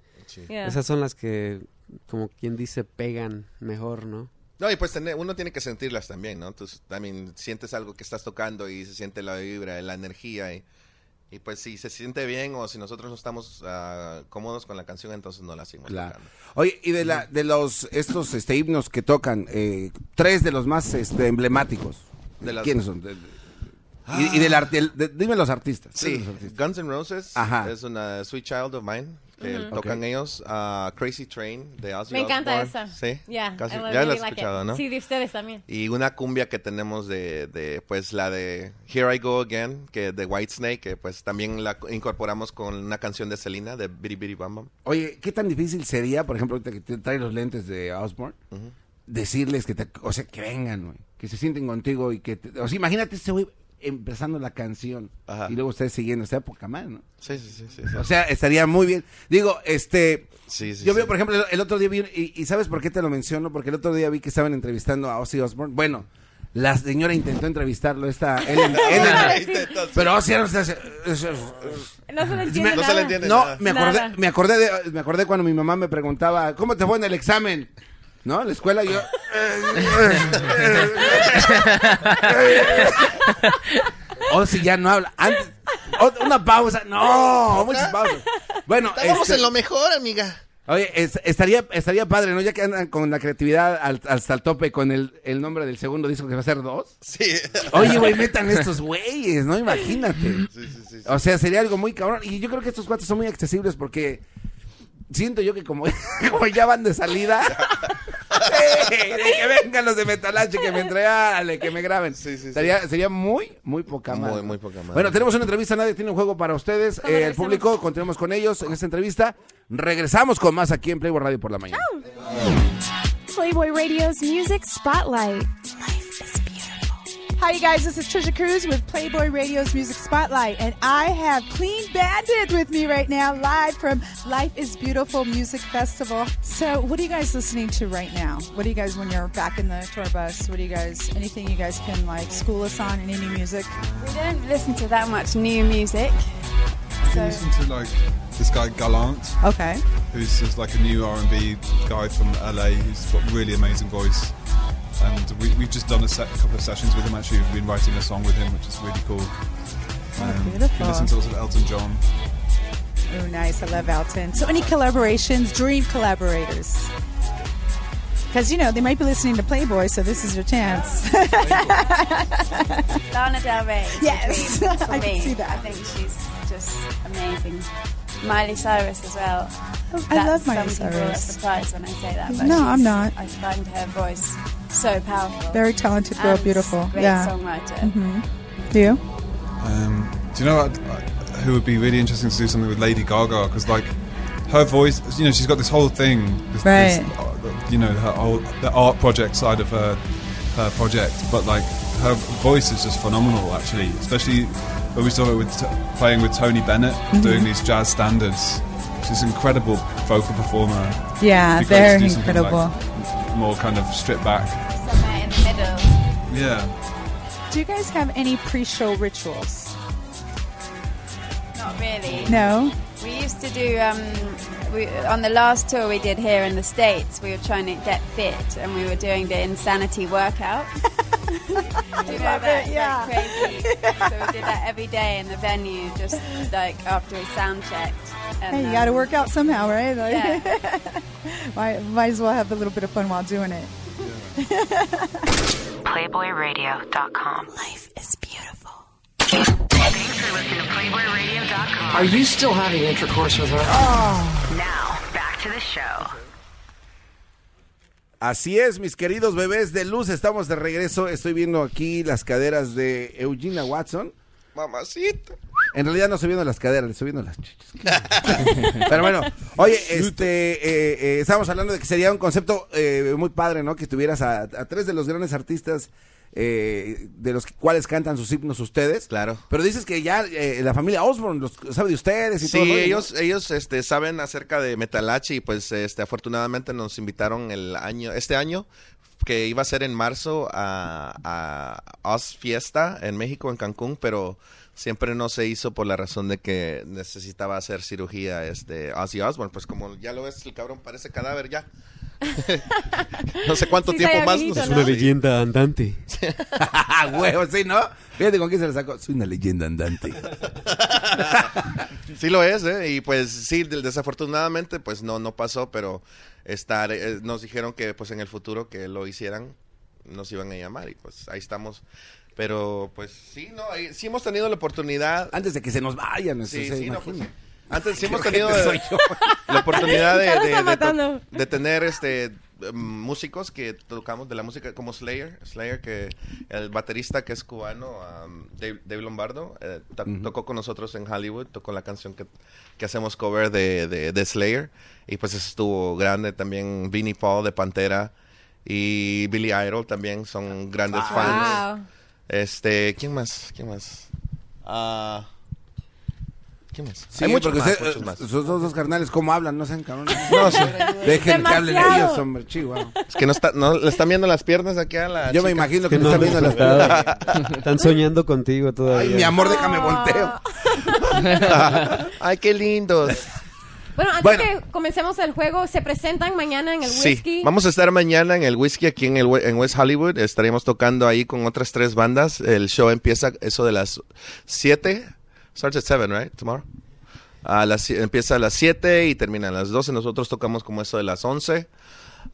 [SPEAKER 9] Yeah.
[SPEAKER 10] Esas son las que como quien dice pegan mejor, ¿no?
[SPEAKER 9] No, y pues tener- uno tiene que sentirlas también, ¿no? Tú también sientes algo que estás tocando y se siente la vibra, la energía. Y, y pues si se siente bien o si nosotros no estamos ah, cómodos con la canción, entonces no la hacemos.
[SPEAKER 1] Claro. Oye, y de, la, de los estos este, himnos que tocan, eh, tres de los más este, emblemáticos.
[SPEAKER 9] De las- Ah.
[SPEAKER 1] ¿Quiénes son? De- de- y, y del arte, el- de- dime los artistas.
[SPEAKER 9] Sí,
[SPEAKER 1] Dime los artistas.
[SPEAKER 9] Guns N' Roses
[SPEAKER 1] Ajá.
[SPEAKER 9] es una Sweet Child of Mine. que
[SPEAKER 3] Ujú.
[SPEAKER 9] Tocan ellos ah, Crazy Train de Ozzy
[SPEAKER 3] Me encanta esa.
[SPEAKER 9] Osbourne. Sí,
[SPEAKER 3] Yeah,
[SPEAKER 9] Casi-
[SPEAKER 3] I love-
[SPEAKER 9] ya la
[SPEAKER 3] really
[SPEAKER 9] has
[SPEAKER 3] like it.
[SPEAKER 9] escuchado, ¿no?
[SPEAKER 3] Sí, de ustedes también.
[SPEAKER 9] Y una cumbia que tenemos de, de, pues la de Here I Go Again, que de White Snake, que pues también la incorporamos con una canción de Selena, de Biri Biri Bam Bam.
[SPEAKER 1] Oye, ¿qué tan difícil sería, por ejemplo, ahorita que te traes los lentes de Osborne, decirles que te, o sea, que vengan, güey, que se sienten contigo y que, te- o sea, imagínate ese güey empezando la canción y luego ustedes siguiendo, esta época más, ¿no?
[SPEAKER 9] Sí, sí, sí, sí, sí.
[SPEAKER 1] O sea, estaría muy bien. Digo, este.
[SPEAKER 9] sí, sí.
[SPEAKER 1] yo veo, por ejemplo, el, el otro día vi. un- Y, y sabes por qué te lo menciono? Porque el otro día vi que estaban entrevistando a Ozzy Osbourne. Bueno, La señora intentó entrevistarlo, esta Ellen. Ellen- pero así era, o sea, se- se-
[SPEAKER 3] No se le entiende.
[SPEAKER 1] me-
[SPEAKER 3] nada.
[SPEAKER 1] No, me acordé, me acordé de, me acordé cuando mi mamá me preguntaba, ¿cómo te fue en el examen? ¿No? En la escuela yo. o si ya no habla. Antes, o- una pausa. No, muchas pausas. Bueno,
[SPEAKER 9] Estábamos
[SPEAKER 1] este-
[SPEAKER 9] en lo mejor, amiga.
[SPEAKER 1] Oye, es- estaría, estaría padre, ¿no? Ya que andan con la creatividad al- hasta el tope con el, el nombre del segundo disco que va a ser dos.
[SPEAKER 9] Sí.
[SPEAKER 1] Oye, güey, metan estos güeyes, ¿no? Imagínate. O sea, sería algo muy cabrón. Y yo creo que estos cuates son muy accesibles porque siento yo que como, como ya van de salida. ¡eh! de que vengan los de Metalache, que me entregale, que me graben. Sería, sería muy, muy poca madre.
[SPEAKER 9] Muy, muy poca madre.
[SPEAKER 1] Bueno, tenemos una entrevista, nadie tiene un juego para ustedes. Eh, el público, continuemos con ellos en esta entrevista. Regresamos con más aquí en Playboy Radio por la mañana.
[SPEAKER 17] Playboy Radio's Music Spotlight.
[SPEAKER 2] Hi, you guys. This is Trisha Cruz with Playboy Radio's Music Spotlight, and I have Clean Bandit with me right now, live from Life is Beautiful Music Festival. So, what are you guys listening to right now? What do you guys, when you're back in the tour bus, what do you guys, anything you guys can like school us on, any new music?
[SPEAKER 23] We don't listen to that much new music.
[SPEAKER 24] I listen to like this guy Gallant.
[SPEAKER 2] Okay.
[SPEAKER 24] Who's just like a new R and B guy from LA who's got really amazing voice. And we, we've just done a set, couple of sessions with him. Actually, we've been writing a song with him, which is really cool. Um,
[SPEAKER 2] Oh, beautiful.
[SPEAKER 24] You listen to lots of Elton John.
[SPEAKER 2] Oh, nice. I love Elton. So, any collaborations, dream collaborators? Because, you know, they might be listening to Playboy, so this is your chance.
[SPEAKER 23] Lana Del Rey. is a
[SPEAKER 2] Yes.
[SPEAKER 23] dream for
[SPEAKER 2] I can
[SPEAKER 23] me.
[SPEAKER 2] see that.
[SPEAKER 23] I think she's just amazing. Miley Cyrus as well.
[SPEAKER 2] Oh, I love
[SPEAKER 23] That's-
[SPEAKER 2] Miley
[SPEAKER 23] some people are
[SPEAKER 2] Cyrus.
[SPEAKER 23] surprised when I say that. But
[SPEAKER 2] No,
[SPEAKER 23] she's-
[SPEAKER 2] I'm not.
[SPEAKER 23] I find her voice so powerful.
[SPEAKER 2] Very talented girl,
[SPEAKER 23] And
[SPEAKER 2] beautiful.
[SPEAKER 23] Great
[SPEAKER 2] Yeah.
[SPEAKER 23] songwriter.
[SPEAKER 2] Mhm. You?
[SPEAKER 24] Um, do you know what, who would be really interesting to do something with Lady Gaga? Because like her voice, you know, she's got this whole thing, this, this,
[SPEAKER 2] Right.
[SPEAKER 24] uh, you know, her whole, the art project side of her her project, but like her voice is just phenomenal, actually. Especially when we saw her with t- playing with Tony Bennett,
[SPEAKER 2] Mhm.
[SPEAKER 24] doing these jazz standards. She's an incredible vocal performer.
[SPEAKER 2] Yeah,
[SPEAKER 24] It'd be great to
[SPEAKER 2] very
[SPEAKER 24] do something, like,
[SPEAKER 2] incredible.
[SPEAKER 24] more kind of stripped back.
[SPEAKER 23] Somewhere in the middle.
[SPEAKER 24] Yeah.
[SPEAKER 2] Do you guys have any pre show rituals?
[SPEAKER 23] Not really.
[SPEAKER 2] No?
[SPEAKER 23] We used to do um, we, uh, on the last tour we did here in the states. We were trying to get fit, and we were doing the insanity workout. Do you know that? Yeah, crazy. so we did that every day in the venue, just like after we sound checked. And,
[SPEAKER 2] Hey, you got to
[SPEAKER 23] um,
[SPEAKER 2] work out somehow, right? Like,
[SPEAKER 23] Yeah.
[SPEAKER 2] might, might as well have a little bit of fun while doing it.
[SPEAKER 8] PlayboyRadio.com. Life is beautiful. Thanks for listening to PlayboyRadio.com.
[SPEAKER 25] Are you still having intercourse with
[SPEAKER 3] Oh,
[SPEAKER 25] her?
[SPEAKER 8] Now, back to the show.
[SPEAKER 1] Así es, mis queridos bebés de luz, estamos de regreso. Estoy viendo aquí las caderas de Eugenia Watson.
[SPEAKER 9] Mamacita.
[SPEAKER 1] En realidad no estoy viendo las caderas, le estoy viendo las chichis. Pero bueno, oye, este, eh, eh, estábamos hablando de que sería un concepto eh, muy padre, ¿no? Que tuvieras a, a tres de los grandes artistas eh, de los cuales cantan sus himnos ustedes.
[SPEAKER 9] Claro.
[SPEAKER 1] Pero dices que ya eh, la familia Osborne los sabe de ustedes y
[SPEAKER 9] Sí,
[SPEAKER 1] todo. el rollo, ¿no?
[SPEAKER 9] ellos, ellos este, saben acerca de Metalachi y pues este, afortunadamente nos invitaron el año, este año que iba a ser en marzo a, a Oz Fiesta en México, en Cancún, pero siempre no se hizo por la razón de que necesitaba hacer cirugía este, Ozzy Osbourne, pues como ya lo ves, el cabrón parece cadáver ya. no sé cuánto
[SPEAKER 3] Sí,
[SPEAKER 9] tiempo
[SPEAKER 3] está
[SPEAKER 9] más.
[SPEAKER 3] viejito,
[SPEAKER 9] nos-
[SPEAKER 3] ¿no?
[SPEAKER 9] Sí.
[SPEAKER 10] leyenda andante.
[SPEAKER 1] Ah, huevo, sí, ¿no? Fíjate con quién se la sacó. Soy una leyenda andante.
[SPEAKER 9] Sí lo es, ¿eh? Y pues sí, del- desafortunadamente pues no, no pasó, pero estar, eh, nos dijeron que pues en el futuro que lo hicieran nos iban a llamar y pues ahí estamos. Pero pues sí, no, ahí- sí hemos tenido la oportunidad.
[SPEAKER 1] Antes de que se nos vayan,
[SPEAKER 9] sí,
[SPEAKER 1] eso se
[SPEAKER 9] sí, no,
[SPEAKER 1] imagina.
[SPEAKER 9] pues, antes sí hemos
[SPEAKER 1] Qué
[SPEAKER 9] tenido
[SPEAKER 1] ojete
[SPEAKER 9] eh,
[SPEAKER 1] soy yo.
[SPEAKER 9] la oportunidad de,
[SPEAKER 1] Ya lo
[SPEAKER 9] de-
[SPEAKER 1] está
[SPEAKER 9] de to-
[SPEAKER 1] matando.
[SPEAKER 9] de tener este mm, músicos que tocamos de la música como Slayer, Slayer que el baterista que es cubano, um, Dave, Dave Lombardo, eh, to- tocó con nosotros en Hollywood, tocó la canción que, que hacemos cover de, de- de Slayer y pues eso estuvo grande también Vinnie Paul de Pantera y Billy Idol también son grandes
[SPEAKER 1] Ah.
[SPEAKER 9] fans. Este, ¿quién más? ¿Quién más? Ah, ¿Qué más?
[SPEAKER 1] Sí,
[SPEAKER 9] Hay muchos
[SPEAKER 1] porque
[SPEAKER 9] más,
[SPEAKER 1] ustedes,
[SPEAKER 9] muchos más.
[SPEAKER 1] eh, sus dos, dos carnales, ¿cómo hablan? No sean cabrones.
[SPEAKER 9] No, sí.
[SPEAKER 1] Dejen que hablen
[SPEAKER 9] Demasiado.
[SPEAKER 1] ellos, hombre, chihuahua.
[SPEAKER 9] Es que no, está, no le están viendo las piernas aquí a la
[SPEAKER 1] Yo me
[SPEAKER 9] chica.
[SPEAKER 1] imagino que
[SPEAKER 10] no
[SPEAKER 1] no están
[SPEAKER 10] me
[SPEAKER 1] viendo las
[SPEAKER 10] gustaba.
[SPEAKER 1] piernas.
[SPEAKER 10] Están soñando contigo todavía.
[SPEAKER 1] Ay, mi amor, déjame volteo.
[SPEAKER 9] Ay, qué lindos.
[SPEAKER 3] Bueno, antes
[SPEAKER 9] Bueno.
[SPEAKER 3] que comencemos el juego, se presentan mañana en el whisky.
[SPEAKER 9] Sí, vamos a estar mañana en el whisky aquí en, el, we- en West Hollywood. Estaremos tocando ahí con otras tres bandas. El show empieza eso de las 7. Starts at 7, right? Tomorrow. A las, sie- empieza a las 7 y termina a las 12. Nosotros tocamos como eso de las 11.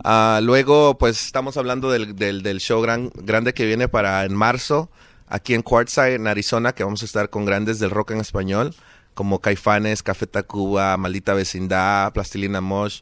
[SPEAKER 9] Ah, luego, pues estamos hablando del, del- del show gran, grande que viene para en marzo, aquí en Quartzsite, en Arizona, que vamos a estar con grandes del rock en español, como Caifanes, Café Tacuba, Maldita Vecindad, Plastilina Mosh.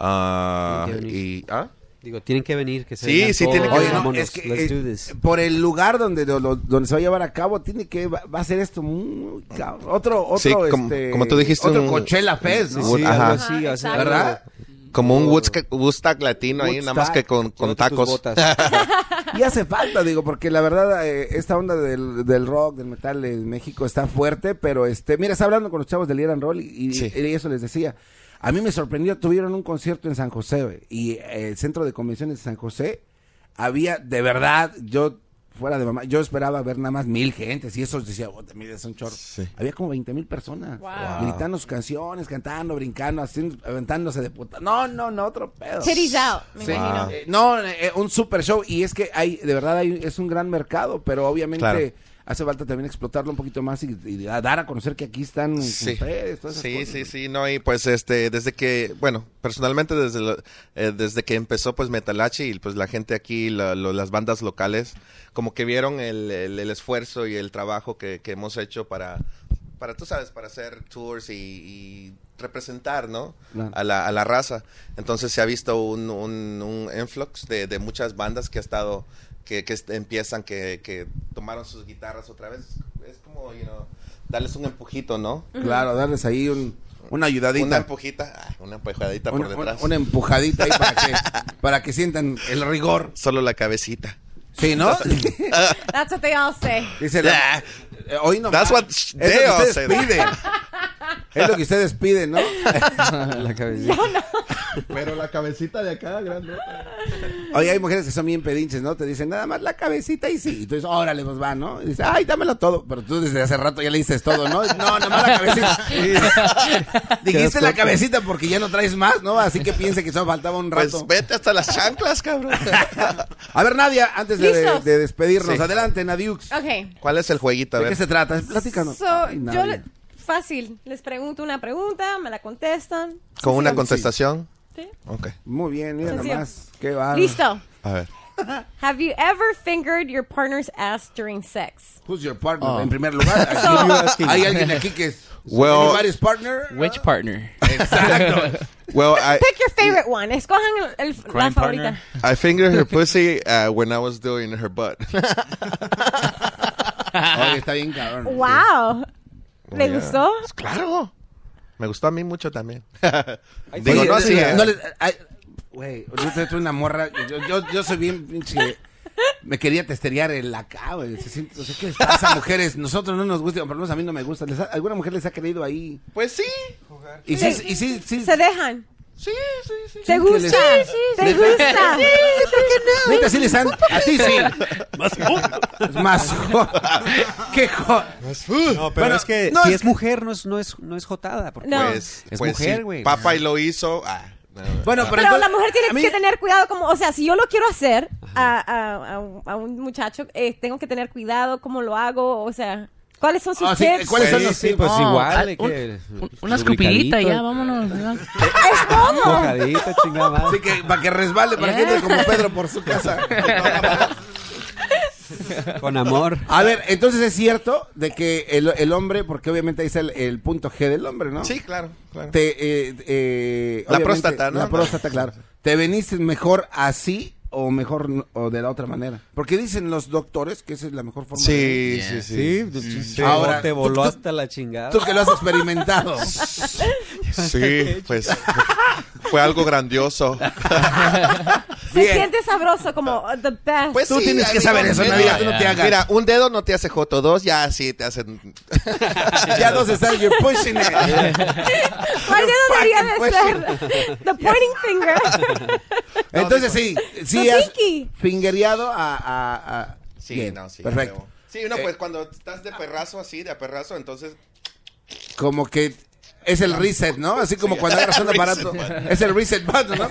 [SPEAKER 9] ah,
[SPEAKER 10] Tienen que venir.
[SPEAKER 9] y, ¿ah?
[SPEAKER 10] Digo, tienen que venir, que se
[SPEAKER 9] Sí,
[SPEAKER 10] vengan
[SPEAKER 9] sí,
[SPEAKER 10] todos.
[SPEAKER 9] tienen que
[SPEAKER 1] Oye,
[SPEAKER 9] venir.
[SPEAKER 1] no,
[SPEAKER 10] Oh, Vámonos,
[SPEAKER 1] es que
[SPEAKER 10] let's
[SPEAKER 1] eh,
[SPEAKER 10] do this.
[SPEAKER 1] por el lugar donde, lo- lo- donde se va a llevar a cabo, tiene que, va, va a ser esto muy cabrón. Otro, otro,
[SPEAKER 9] Sí, como-
[SPEAKER 1] este,
[SPEAKER 9] como tú dijiste,
[SPEAKER 1] Otro
[SPEAKER 9] un-
[SPEAKER 1] Coachella Fest, ¿no?
[SPEAKER 9] Sí, sí, Ajá. algo así,
[SPEAKER 10] Ajá, así,
[SPEAKER 1] ¿Verdad?
[SPEAKER 9] Como un Woodstock, Woodstock latino ahí, nada más
[SPEAKER 1] Woodstock.
[SPEAKER 9] que con, con tacos.
[SPEAKER 1] y hace falta, digo, porque la verdad, eh, esta onda del, del rock, del metal en México está fuerte, pero este, mira, estaba hablando con los chavos del Iran Roll y, y- y eso les decía. A mí me sorprendió, tuvieron un concierto en San José güey, y eh, el centro de convenciones de San José había, de verdad, yo fuera de mamá, yo esperaba ver nada más mil gentes y eso decía, "Oh, mira, es un chorro. Había como 20 mil personas
[SPEAKER 3] Wow.
[SPEAKER 1] gritando sus canciones, cantando, brincando, haciendo, aventándose de puta. No, no, no, otro pedo.
[SPEAKER 3] Titties out, me
[SPEAKER 1] Sí.
[SPEAKER 3] imagino.
[SPEAKER 1] Eh, no, eh, un super show. Y es que hay, de verdad, hay, es un gran mercado, pero obviamente
[SPEAKER 9] Claro.
[SPEAKER 1] hace falta también explotarlo un poquito más y, y a- dar a conocer que aquí están con
[SPEAKER 9] Sí.
[SPEAKER 1] ustedes. todas esas
[SPEAKER 9] sí,
[SPEAKER 1] cosas.
[SPEAKER 9] sí, sí, no, y pues este, desde que, bueno, personalmente desde, lo- eh, desde que empezó pues Metalachi y pues la gente aquí, la- lo- las bandas locales, como que vieron el, el- el esfuerzo y el trabajo que, que hemos hecho para, para, tú sabes, para hacer tours y, y representar, ¿no?
[SPEAKER 1] Claro.
[SPEAKER 9] A, la, a la raza. Entonces se ha visto un, un, un influx de, de muchas bandas que ha estado, que, que est- empiezan, que, que tomaron sus guitarras otra vez. Es como, you know, darles un empujito, ¿no?
[SPEAKER 1] Claro, darles ahí un, una ayudadita.
[SPEAKER 9] Una empujita, ah, una empujadita
[SPEAKER 1] Una-
[SPEAKER 9] por detrás.
[SPEAKER 1] una- una empujadita ahí para que, para que sientan el rigor.
[SPEAKER 9] Solo la cabecita.
[SPEAKER 1] Sí, ¿no?
[SPEAKER 3] That's what they all say.
[SPEAKER 1] Dice la- eh, hoy no
[SPEAKER 9] That's
[SPEAKER 1] más.
[SPEAKER 9] what
[SPEAKER 1] Es lo
[SPEAKER 9] they
[SPEAKER 1] que
[SPEAKER 9] all
[SPEAKER 1] ustedes
[SPEAKER 9] say.
[SPEAKER 1] piden. Es lo que ustedes piden, ¿no?
[SPEAKER 10] la cabecita.
[SPEAKER 9] Pero la cabecita de acá, grande.
[SPEAKER 1] Oye, hay mujeres que son bien pedinches, ¿no? Te dicen nada más la cabecita y sí. Y tú dices, órale, pues va, ¿no? Y dices, ay, dámelo todo. Pero tú desde hace rato ya le dices todo, ¿no? No, nada más la cabecita. Dijiste la cabecita porque ya no traes más, ¿no? Así que piense que solo faltaba un rato.
[SPEAKER 9] Pues vete hasta las chanclas, cabrón.
[SPEAKER 1] A ver, Nadia, antes de,
[SPEAKER 3] ¿Listos?
[SPEAKER 1] de despedirnos,
[SPEAKER 9] Sí.
[SPEAKER 1] adelante, Nadiux.
[SPEAKER 3] Ok.
[SPEAKER 9] ¿Cuál es el jueguito? A
[SPEAKER 1] ¿De
[SPEAKER 9] ver.
[SPEAKER 1] qué se trata? Platícanos.
[SPEAKER 3] So,
[SPEAKER 1] Ay,
[SPEAKER 3] yo
[SPEAKER 1] Nadia.
[SPEAKER 3] le- fácil, les pregunto una pregunta, me la contestan.
[SPEAKER 9] ¿Con una
[SPEAKER 1] Sí.
[SPEAKER 9] contestación?
[SPEAKER 3] Sí.
[SPEAKER 9] Ok.
[SPEAKER 1] Muy bien, mira
[SPEAKER 3] Sencillo.
[SPEAKER 1] nomás. Qué bárbaro.
[SPEAKER 3] Listo.
[SPEAKER 9] A ver.
[SPEAKER 3] Have you ever fingered your partner's ass during sex?
[SPEAKER 1] Who's your partner?
[SPEAKER 11] Oh.
[SPEAKER 1] En primer lugar, Ah. aquí-
[SPEAKER 3] So- You
[SPEAKER 11] asking.
[SPEAKER 1] hay alguien aquí que es.
[SPEAKER 9] Well-
[SPEAKER 1] anybody's partner?
[SPEAKER 11] Which partner?
[SPEAKER 1] Exacto.
[SPEAKER 9] Well, I,
[SPEAKER 3] Pick your favorite one. Escojan el, el- la
[SPEAKER 11] Crime
[SPEAKER 3] favorita.
[SPEAKER 11] partner.
[SPEAKER 9] I fingered her pussy uh, when I was doing her butt.
[SPEAKER 1] Oye, está bien cabrón.
[SPEAKER 3] Wow. ¿Le
[SPEAKER 9] Yeah.
[SPEAKER 3] gustó?
[SPEAKER 9] Claro. Me gustó a mí mucho también.
[SPEAKER 1] Ay,
[SPEAKER 9] Digo,
[SPEAKER 1] oye,
[SPEAKER 9] no así.
[SPEAKER 1] no
[SPEAKER 9] eh.
[SPEAKER 1] le- ay, Güey, yo te una morra. Yo, yo, yo soy bien pinche. Me quería testerear el acá, güey. Se siente- no sé qué les pasa a mujeres. Nosotros no nos gusta, por lo menos a mí no me gusta. Les ha- ¿Alguna mujer les ha querido ahí?
[SPEAKER 9] Pues sí.
[SPEAKER 1] Y sí, y sí, sí.
[SPEAKER 3] ¿Se dejan?
[SPEAKER 9] Sí, sí, sí.
[SPEAKER 3] ¿Te gusta?
[SPEAKER 1] Sí,
[SPEAKER 3] ¿Te gusta?
[SPEAKER 1] Neta, sí les han. A ti sí. Es Más. jo- Qué jo-
[SPEAKER 10] No, pero
[SPEAKER 1] Bueno,
[SPEAKER 10] es que
[SPEAKER 1] no,
[SPEAKER 10] si
[SPEAKER 1] es
[SPEAKER 10] es,
[SPEAKER 1] que-
[SPEAKER 10] mujer no es, no es, no es jotada. Porque
[SPEAKER 3] No.
[SPEAKER 9] Pues,
[SPEAKER 10] es
[SPEAKER 9] pues sí.
[SPEAKER 10] mujer, güey.
[SPEAKER 9] Papá y lo hizo. Ah, no.
[SPEAKER 1] Bueno,
[SPEAKER 3] Pero
[SPEAKER 1] pero, entonces-
[SPEAKER 3] la mujer tiene
[SPEAKER 1] a mí-
[SPEAKER 3] que tener cuidado, como, o sea, si yo lo quiero hacer a, a- a un, a un muchacho, eh, tengo que tener cuidado cómo lo hago, o sea, ¿cuáles son sus
[SPEAKER 1] Ah, sí,
[SPEAKER 3] tips?
[SPEAKER 1] ¿Cuáles son
[SPEAKER 10] Sí,
[SPEAKER 1] los
[SPEAKER 10] sí,
[SPEAKER 1] tips?
[SPEAKER 10] pues
[SPEAKER 11] No,
[SPEAKER 10] igual.
[SPEAKER 11] ah,
[SPEAKER 10] hay
[SPEAKER 11] un-
[SPEAKER 10] que-
[SPEAKER 11] Una escupidita
[SPEAKER 10] lubricadito,
[SPEAKER 11] ya, vámonos. ya.
[SPEAKER 3] ¡Es todo!
[SPEAKER 10] Mojadito, chingada madre.
[SPEAKER 1] Así que para que resbale, para que entre como Pedro por su casa.
[SPEAKER 10] Con amor.
[SPEAKER 1] A ver, entonces es cierto de que el, el hombre, porque obviamente ahí está el, el punto G del hombre, ¿no?
[SPEAKER 9] Sí, claro, claro.
[SPEAKER 1] Te, eh, eh,
[SPEAKER 9] La
[SPEAKER 1] obviamente,
[SPEAKER 9] próstata, ¿no?
[SPEAKER 1] La próstata, claro. ¿Te venís mejor así o mejor n- o de la otra manera? Porque dicen los doctores que esa es la mejor forma.
[SPEAKER 9] Sí,
[SPEAKER 1] de-
[SPEAKER 11] Yeah.
[SPEAKER 9] sí, sí,
[SPEAKER 10] te,
[SPEAKER 1] Ahora,
[SPEAKER 10] te
[SPEAKER 1] tú-
[SPEAKER 10] voló
[SPEAKER 1] tú-
[SPEAKER 10] hasta la chingada.
[SPEAKER 1] Tú que lo has experimentado.
[SPEAKER 9] sí. pues fue algo grandioso.
[SPEAKER 3] Se
[SPEAKER 9] Bien.
[SPEAKER 3] siente sabroso como uh, the best.
[SPEAKER 9] Pues sí, amigo, mira, Mira, un dedo no te hace joto, dos ya sí te hacen.
[SPEAKER 1] ya dos están, you're pushing it.
[SPEAKER 3] ¿Cuál dedo debería de
[SPEAKER 1] fucking
[SPEAKER 3] ser? The pointing finger.
[SPEAKER 1] Entonces sí, sí
[SPEAKER 3] The
[SPEAKER 1] has
[SPEAKER 3] pinky.
[SPEAKER 1] fingereado a... a- a-
[SPEAKER 9] Sí,
[SPEAKER 1] Bien,
[SPEAKER 9] no, sí.
[SPEAKER 1] Perfecto.
[SPEAKER 9] huevo. Sí, no, pues cuando estás de perrazo así, de perrazo, entonces.
[SPEAKER 1] Como que es el reset, ¿no? Así como
[SPEAKER 9] Sí.
[SPEAKER 1] cuando agarras un
[SPEAKER 9] Reset
[SPEAKER 1] aparato.
[SPEAKER 9] button.
[SPEAKER 1] Es el reset button, ¿no?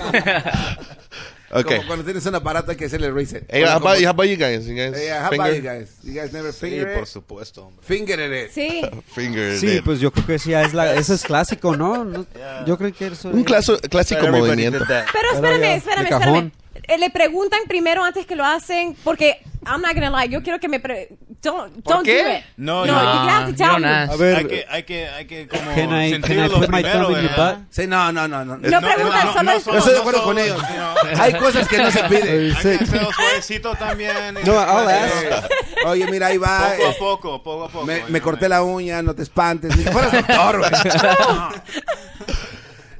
[SPEAKER 1] Como,
[SPEAKER 9] Ok.
[SPEAKER 1] como cuando tienes un aparato hay que hacerle reset.
[SPEAKER 9] Hey,
[SPEAKER 1] Bueno,
[SPEAKER 9] how, about,
[SPEAKER 1] como-
[SPEAKER 9] how about you guys? You guys
[SPEAKER 1] Eh, how about
[SPEAKER 9] finger?
[SPEAKER 1] you guys? You guys never
[SPEAKER 9] Sí,
[SPEAKER 1] finger
[SPEAKER 9] por
[SPEAKER 1] it?
[SPEAKER 9] supuesto, hombre.
[SPEAKER 1] Finger it.
[SPEAKER 3] Sí.
[SPEAKER 9] Finger
[SPEAKER 10] Sí,
[SPEAKER 9] dead.
[SPEAKER 10] pues yo creo que sí, ya es la, eso es clásico, ¿no? No- Yo creo que eso
[SPEAKER 9] Un claso- clásico
[SPEAKER 10] Everybody
[SPEAKER 9] movimiento.
[SPEAKER 10] did that.
[SPEAKER 3] Pero
[SPEAKER 10] ya,
[SPEAKER 3] espérame,
[SPEAKER 10] de
[SPEAKER 3] espérame,
[SPEAKER 10] cajón.
[SPEAKER 3] espérame. Eh, le preguntan primero antes que lo hacen, porque I'm not gonna lie, yo quiero que me pre don't, don't do it.
[SPEAKER 4] No,
[SPEAKER 3] no, you have to tell me.
[SPEAKER 10] A ver.
[SPEAKER 4] hay que, hay que, hay que como
[SPEAKER 10] Can I- can I
[SPEAKER 4] sentirlo
[SPEAKER 10] put my
[SPEAKER 4] primero,
[SPEAKER 10] thumb in your
[SPEAKER 4] ¿verdad?
[SPEAKER 1] Sí, no, no, no. No,
[SPEAKER 4] Es- no,
[SPEAKER 3] preguntan,
[SPEAKER 4] no,
[SPEAKER 3] solo
[SPEAKER 4] no
[SPEAKER 3] es-
[SPEAKER 4] solo-
[SPEAKER 1] Yo estoy de
[SPEAKER 4] no
[SPEAKER 1] acuerdo
[SPEAKER 4] solo,
[SPEAKER 1] con ellos.
[SPEAKER 4] sino-
[SPEAKER 1] Hay cosas que no se piden.
[SPEAKER 4] Hay que hacerlo suavecito también.
[SPEAKER 1] No, I'll ask. Oye, Este, mira, ahí va.
[SPEAKER 4] Poco a
[SPEAKER 1] eh,
[SPEAKER 4] poco, poco a poco.
[SPEAKER 1] Me, me corté la uña, no te espantes. Ni que fueras doctor, güey.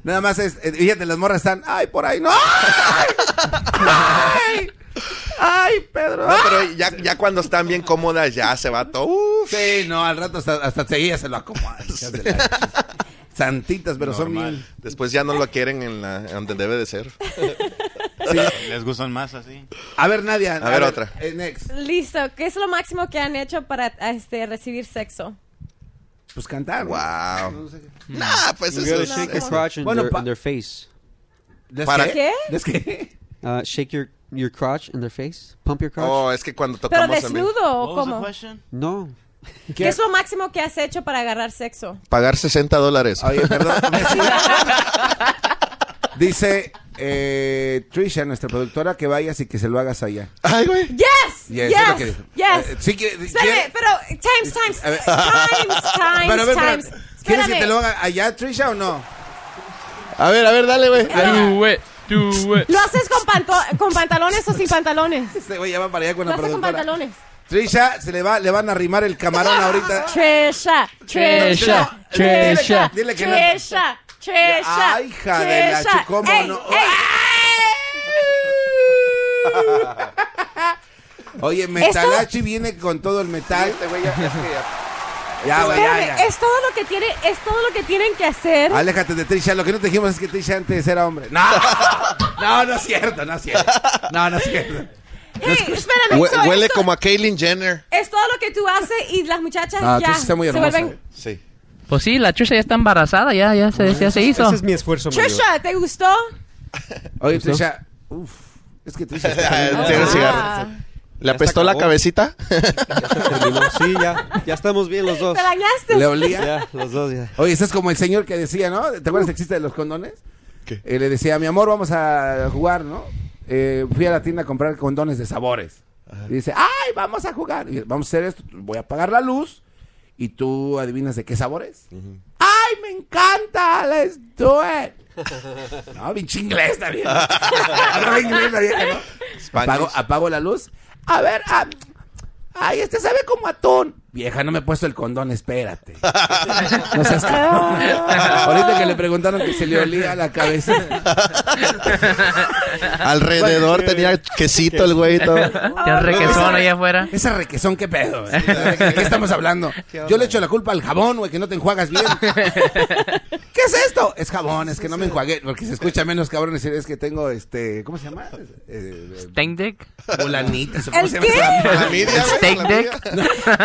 [SPEAKER 1] Nada más es, eh, fíjate, las morras están, ay, por ahí, no. ¡Ay! ¡Ay, Pedro!
[SPEAKER 9] No, pero ya, ya cuando están bien cómodas, ya se va todo. Uf.
[SPEAKER 1] Sí, no, al rato hasta, hasta seguía se lo acomodan. hijas de la- Santitas, pero son bien.
[SPEAKER 9] Después ya no lo quieren en la, donde debe de ser.
[SPEAKER 4] ¿Les gustan más así?
[SPEAKER 1] A ver, Nadia.
[SPEAKER 9] A ver, otra.
[SPEAKER 1] eh, next.
[SPEAKER 3] Listo, ¿qué es lo máximo que han hecho para a, este, recibir sexo?
[SPEAKER 1] Pues cantar.
[SPEAKER 9] Wow. Ah. Nah, pues
[SPEAKER 10] Hmm. You
[SPEAKER 9] eso
[SPEAKER 10] gotta
[SPEAKER 9] es-
[SPEAKER 10] shake
[SPEAKER 9] eso-
[SPEAKER 10] your crotch in
[SPEAKER 9] Bueno,
[SPEAKER 10] their,
[SPEAKER 9] pa-
[SPEAKER 10] in their face.
[SPEAKER 9] ¿Para qué?
[SPEAKER 3] ¿Qué?
[SPEAKER 1] ¿Es que?
[SPEAKER 10] Uh, shake your, your crotch in their face. Pump your crotch.
[SPEAKER 9] Oh, es que cuando
[SPEAKER 3] ¿Pero
[SPEAKER 9] tocamos en vivo-
[SPEAKER 3] desnudo o
[SPEAKER 4] What was the
[SPEAKER 3] cómo?
[SPEAKER 10] No.
[SPEAKER 3] ¿Qué es lo máximo que has hecho para agarrar sexo?
[SPEAKER 9] Pagar 60 dólares.
[SPEAKER 1] Oye, perdón. Dice eh, Trisha, nuestra productora, que vayas y que se lo hagas allá.
[SPEAKER 9] Ay, güey.
[SPEAKER 3] Yes, yes,
[SPEAKER 1] Yes, es lo que
[SPEAKER 3] yes.
[SPEAKER 1] dijo. Eh, sí que- quiere-
[SPEAKER 3] Espérame, pero times, times, eh,
[SPEAKER 1] A ver.
[SPEAKER 3] times, times,
[SPEAKER 1] Pero, a ver, espérame.
[SPEAKER 3] times.
[SPEAKER 1] ¿Quieres que
[SPEAKER 3] Espérame.
[SPEAKER 1] te lo haga allá, Trisha, o no?
[SPEAKER 9] A ver, a ver, dale, güey.
[SPEAKER 3] ¿Lo haces con, panto- con pantalones o sin pantalones?
[SPEAKER 1] Este güey ya va para allá con
[SPEAKER 3] ¿Lo
[SPEAKER 1] la
[SPEAKER 3] haces con
[SPEAKER 1] productora.
[SPEAKER 3] pantalones?
[SPEAKER 1] Trisha, se le, va, le van a arrimar el camarón ahorita.
[SPEAKER 3] Trisha, Trisha,
[SPEAKER 1] No,
[SPEAKER 3] Trisha,
[SPEAKER 1] Dile que no.
[SPEAKER 3] Trisha, Trisha.
[SPEAKER 1] Ay, hija de la
[SPEAKER 3] Trisha.
[SPEAKER 1] chu- ¿cómo
[SPEAKER 3] Ey,
[SPEAKER 1] no?
[SPEAKER 3] ey.
[SPEAKER 1] Oye, Metalachi viene con todo el metal.
[SPEAKER 9] Este
[SPEAKER 1] Ya, güey, ya,
[SPEAKER 3] Espérame,
[SPEAKER 1] ya. Ah,
[SPEAKER 3] es todo lo que tiene, es todo lo que tienen que hacer.
[SPEAKER 1] Aléjate de Trisha. Lo que no te dijimos es que Trisha antes era hombre. No, no, no es cierto, no es cierto. No, no es cierto.
[SPEAKER 3] Ey, espérame,
[SPEAKER 9] Hue-
[SPEAKER 3] so es,
[SPEAKER 9] huele como a Caitlyn Jenner.
[SPEAKER 3] es todo lo que tú haces y las muchachas
[SPEAKER 9] Ah,
[SPEAKER 3] ya
[SPEAKER 9] Trisha está muy
[SPEAKER 3] se
[SPEAKER 9] hermosa.
[SPEAKER 3] vuelven.
[SPEAKER 9] Sí.
[SPEAKER 6] Pues sí, la Trisha ya está embarazada, ya, ya se, ya
[SPEAKER 1] Ah,
[SPEAKER 6] se hizo.
[SPEAKER 10] Ese es mi esfuerzo. mayor.
[SPEAKER 3] Trisha, ¿te gustó?
[SPEAKER 1] Oye,
[SPEAKER 10] ¿Gustó?
[SPEAKER 1] Trisha. Uf, es que Trisha.
[SPEAKER 9] Ah,
[SPEAKER 1] Está
[SPEAKER 9] tiene cigarro. ¿Le apestó la
[SPEAKER 10] acabó.
[SPEAKER 9] cabecita?
[SPEAKER 10] Terminó. Sí, ya, ya estamos bien los dos.
[SPEAKER 3] ¿Te bañaste?
[SPEAKER 1] ¿Le olía?
[SPEAKER 10] Ya, los dos ya.
[SPEAKER 1] Oye, ese es como el señor que decía, ¿no? ¿Te acuerdas que existe de los condones? Eh, le decía, mi amor, vamos a jugar, ¿no? Eh, fui a la tienda a comprar condones de sabores. Y dice, ay, vamos a jugar. Y vamos a hacer esto. Voy a apagar la luz y tú adivinas de qué sabor es. ¡Ay, me encanta! ¡Let's do it! No, pinche inglés está bien. Hablaba inglés la vieja, ¿no?
[SPEAKER 9] Spanish.
[SPEAKER 1] Apago, apago la luz. A ver, ah, ay, este sabe como atún. Vieja, no me he puesto el condón, espérate. No seas cabrón. Ahorita que le preguntaron que se le olía la cabeza.
[SPEAKER 9] Alrededor tenía quesito el güey y todo.
[SPEAKER 6] Ya requesón allá afuera.
[SPEAKER 1] Ese requesón, qué pedo. güey? ¿De qué estamos hablando? Yo le echo la culpa al jabón, güey, que no te enjuagas bien. ¿Qué es esto? Es jabón, es que no me enjuagué. Porque se escucha menos cabrón decir, es que tengo este. ¿Cómo se llama? Eh,
[SPEAKER 6] Stein Dick.
[SPEAKER 1] Fulanita, ¿cómo
[SPEAKER 3] ¿El
[SPEAKER 1] se
[SPEAKER 3] qué?
[SPEAKER 1] llama? esa-
[SPEAKER 9] Clamidia, güey,
[SPEAKER 6] Steak
[SPEAKER 9] clamidia.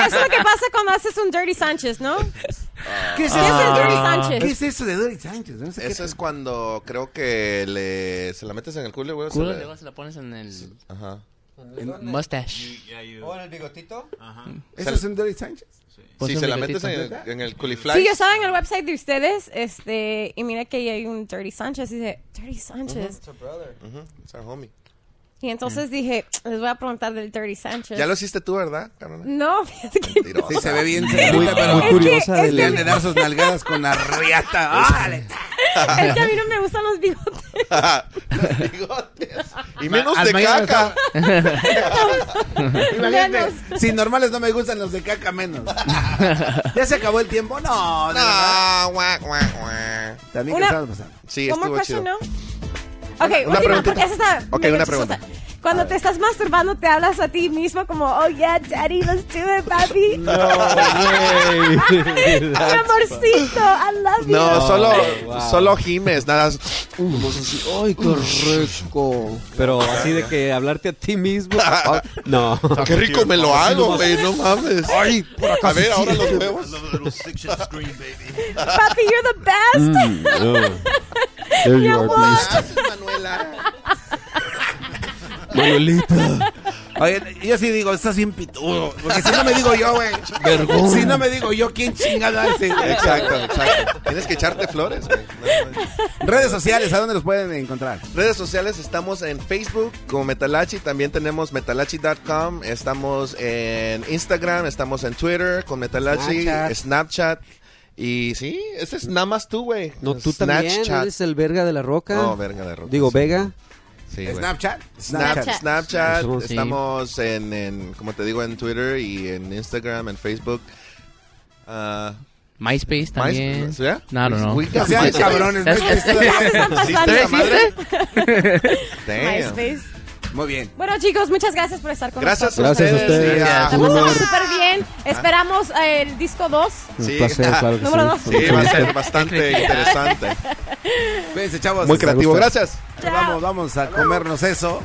[SPEAKER 3] Eso es lo que pasa cuando haces un Dirty Sánchez, ¿no?
[SPEAKER 1] ¿Qué es
[SPEAKER 3] ¿Qué es el
[SPEAKER 9] Ah.
[SPEAKER 3] Dirty
[SPEAKER 1] eso? ¿Qué
[SPEAKER 3] Sánchez?
[SPEAKER 1] es eso de Dory Sánchez? No sé
[SPEAKER 9] Eso
[SPEAKER 1] qué-
[SPEAKER 9] es cuando creo que le, se la metes en el culo, güey. se
[SPEAKER 6] Culo,
[SPEAKER 9] le-
[SPEAKER 6] luego se la pones en el
[SPEAKER 9] Ajá.
[SPEAKER 6] mustache.
[SPEAKER 10] ¿O en el bigotito?
[SPEAKER 1] ¿Eso es un Dory Sánchez?
[SPEAKER 6] Pues
[SPEAKER 9] si
[SPEAKER 6] un
[SPEAKER 9] se la metes en el,
[SPEAKER 6] bigotito.
[SPEAKER 9] en el culifly.
[SPEAKER 3] Sí, yo estaba en el website de ustedes, este, y mira que ahí hay un Dirty Sánchez, y dice, Dirty Sánchez.
[SPEAKER 9] Ujú, it's our homie.
[SPEAKER 3] Y entonces dije, les voy a preguntar del Dirty Sánchez.
[SPEAKER 9] Ya lo hiciste tú, ¿verdad, Carolina?
[SPEAKER 3] No, fíjate que no.
[SPEAKER 1] Sí, se ve bien.
[SPEAKER 10] Muy,
[SPEAKER 1] señorita, pero
[SPEAKER 10] muy curiosa.
[SPEAKER 3] es
[SPEAKER 10] de
[SPEAKER 1] Le
[SPEAKER 10] la-
[SPEAKER 1] han de dar sus nalgadas con la riata. ¡Órale!
[SPEAKER 3] Es que a mí no me gustan los bigotes.
[SPEAKER 9] Los bigotes. Y menos
[SPEAKER 1] Al
[SPEAKER 9] de
[SPEAKER 1] mañana
[SPEAKER 9] caca.
[SPEAKER 1] Imagínate,
[SPEAKER 3] Menos.
[SPEAKER 1] si normales no me gustan los de caca menos. ¿Ya se acabó el tiempo? No, de verdad.
[SPEAKER 9] No, guac, guac, guac.
[SPEAKER 1] También que
[SPEAKER 3] Una-
[SPEAKER 1] estamos pasando.
[SPEAKER 9] Sí,
[SPEAKER 3] ¿Cómo
[SPEAKER 9] estuvo
[SPEAKER 3] question,
[SPEAKER 9] chido.
[SPEAKER 3] no? Ok,
[SPEAKER 9] Una
[SPEAKER 3] última,
[SPEAKER 9] preguntita.
[SPEAKER 3] porque esa está
[SPEAKER 9] Ok,
[SPEAKER 3] medio
[SPEAKER 9] una
[SPEAKER 3] chistosa.
[SPEAKER 9] pregunta.
[SPEAKER 3] Cuando te estás masturbando, te hablas a ti mismo como, oh yeah, daddy, let's do it, papi.
[SPEAKER 10] Oh,
[SPEAKER 3] Mi amorcito, I love you.
[SPEAKER 9] No, solo,
[SPEAKER 10] Oh, wow.
[SPEAKER 9] solo Jiménez, nada. más.
[SPEAKER 10] Ay, qué rico. Pero así de que hablarte a ti mismo. ah, No.
[SPEAKER 9] Qué rico me lo hago, güey, no mames.
[SPEAKER 10] Ay, por acá
[SPEAKER 9] A ver,
[SPEAKER 10] sí
[SPEAKER 9] ahora
[SPEAKER 10] siento.
[SPEAKER 9] los huevos.
[SPEAKER 3] Papi, you're the best.
[SPEAKER 9] Mm, oh.
[SPEAKER 3] There
[SPEAKER 10] you
[SPEAKER 3] Your
[SPEAKER 10] are,
[SPEAKER 3] boss.
[SPEAKER 10] Manuelita.
[SPEAKER 1] Oye, yo sí digo, estás bien pitudo. Porque si no me digo yo, güey.
[SPEAKER 9] Vergón.
[SPEAKER 1] Si no me digo yo, ¿quién chingada es?
[SPEAKER 9] Exacto, exacto. Tienes que echarte flores, güey.
[SPEAKER 1] Redes sociales, ¿a dónde los pueden encontrar?
[SPEAKER 9] Redes sociales estamos en Facebook como Metalachi, también tenemos metalachi.com, estamos en Instagram, estamos en Twitter con Metalachi,
[SPEAKER 10] Snapchat.
[SPEAKER 9] Snapchat. Y sí, ese es nada más tú, güey.
[SPEAKER 10] No, tú también
[SPEAKER 9] Snapchat.
[SPEAKER 10] eres el verga de la roca.
[SPEAKER 9] No, verga de roca,
[SPEAKER 10] Digo,
[SPEAKER 9] sí.
[SPEAKER 10] Vega.
[SPEAKER 9] Sí, güey.
[SPEAKER 1] Snapchat.
[SPEAKER 9] Snapchat,
[SPEAKER 1] Snapchat.
[SPEAKER 9] Snapchat,
[SPEAKER 10] Nosotros sí.
[SPEAKER 9] estamos en, en, como te digo, en Twitter y en Instagram, en Facebook. Ah,
[SPEAKER 6] MySpace también.
[SPEAKER 9] MySpace, ¿ya?
[SPEAKER 6] No, no, no.
[SPEAKER 9] We got MySpace.
[SPEAKER 6] That's-
[SPEAKER 9] ¿Existe, madre? Damn.
[SPEAKER 3] MySpace.
[SPEAKER 1] Muy bien.
[SPEAKER 3] Bueno, chicos, muchas gracias por estar con
[SPEAKER 9] Gracias a
[SPEAKER 3] nosotros.
[SPEAKER 9] Gracias a ustedes. Ah. ustedes.
[SPEAKER 3] La
[SPEAKER 9] Gracias.
[SPEAKER 3] pasamos
[SPEAKER 9] Un honor.
[SPEAKER 3] súper bien. Esperamos eh, el disco 2.
[SPEAKER 9] Sí.
[SPEAKER 10] placer, claro que
[SPEAKER 3] Número
[SPEAKER 10] sí.
[SPEAKER 9] Sí, va a ser bastante interesante.
[SPEAKER 1] Cuídense, chavos.
[SPEAKER 9] Muy creativo,
[SPEAKER 1] Me gusta.
[SPEAKER 9] gracias.
[SPEAKER 1] Vamos, vamos a comernos eso.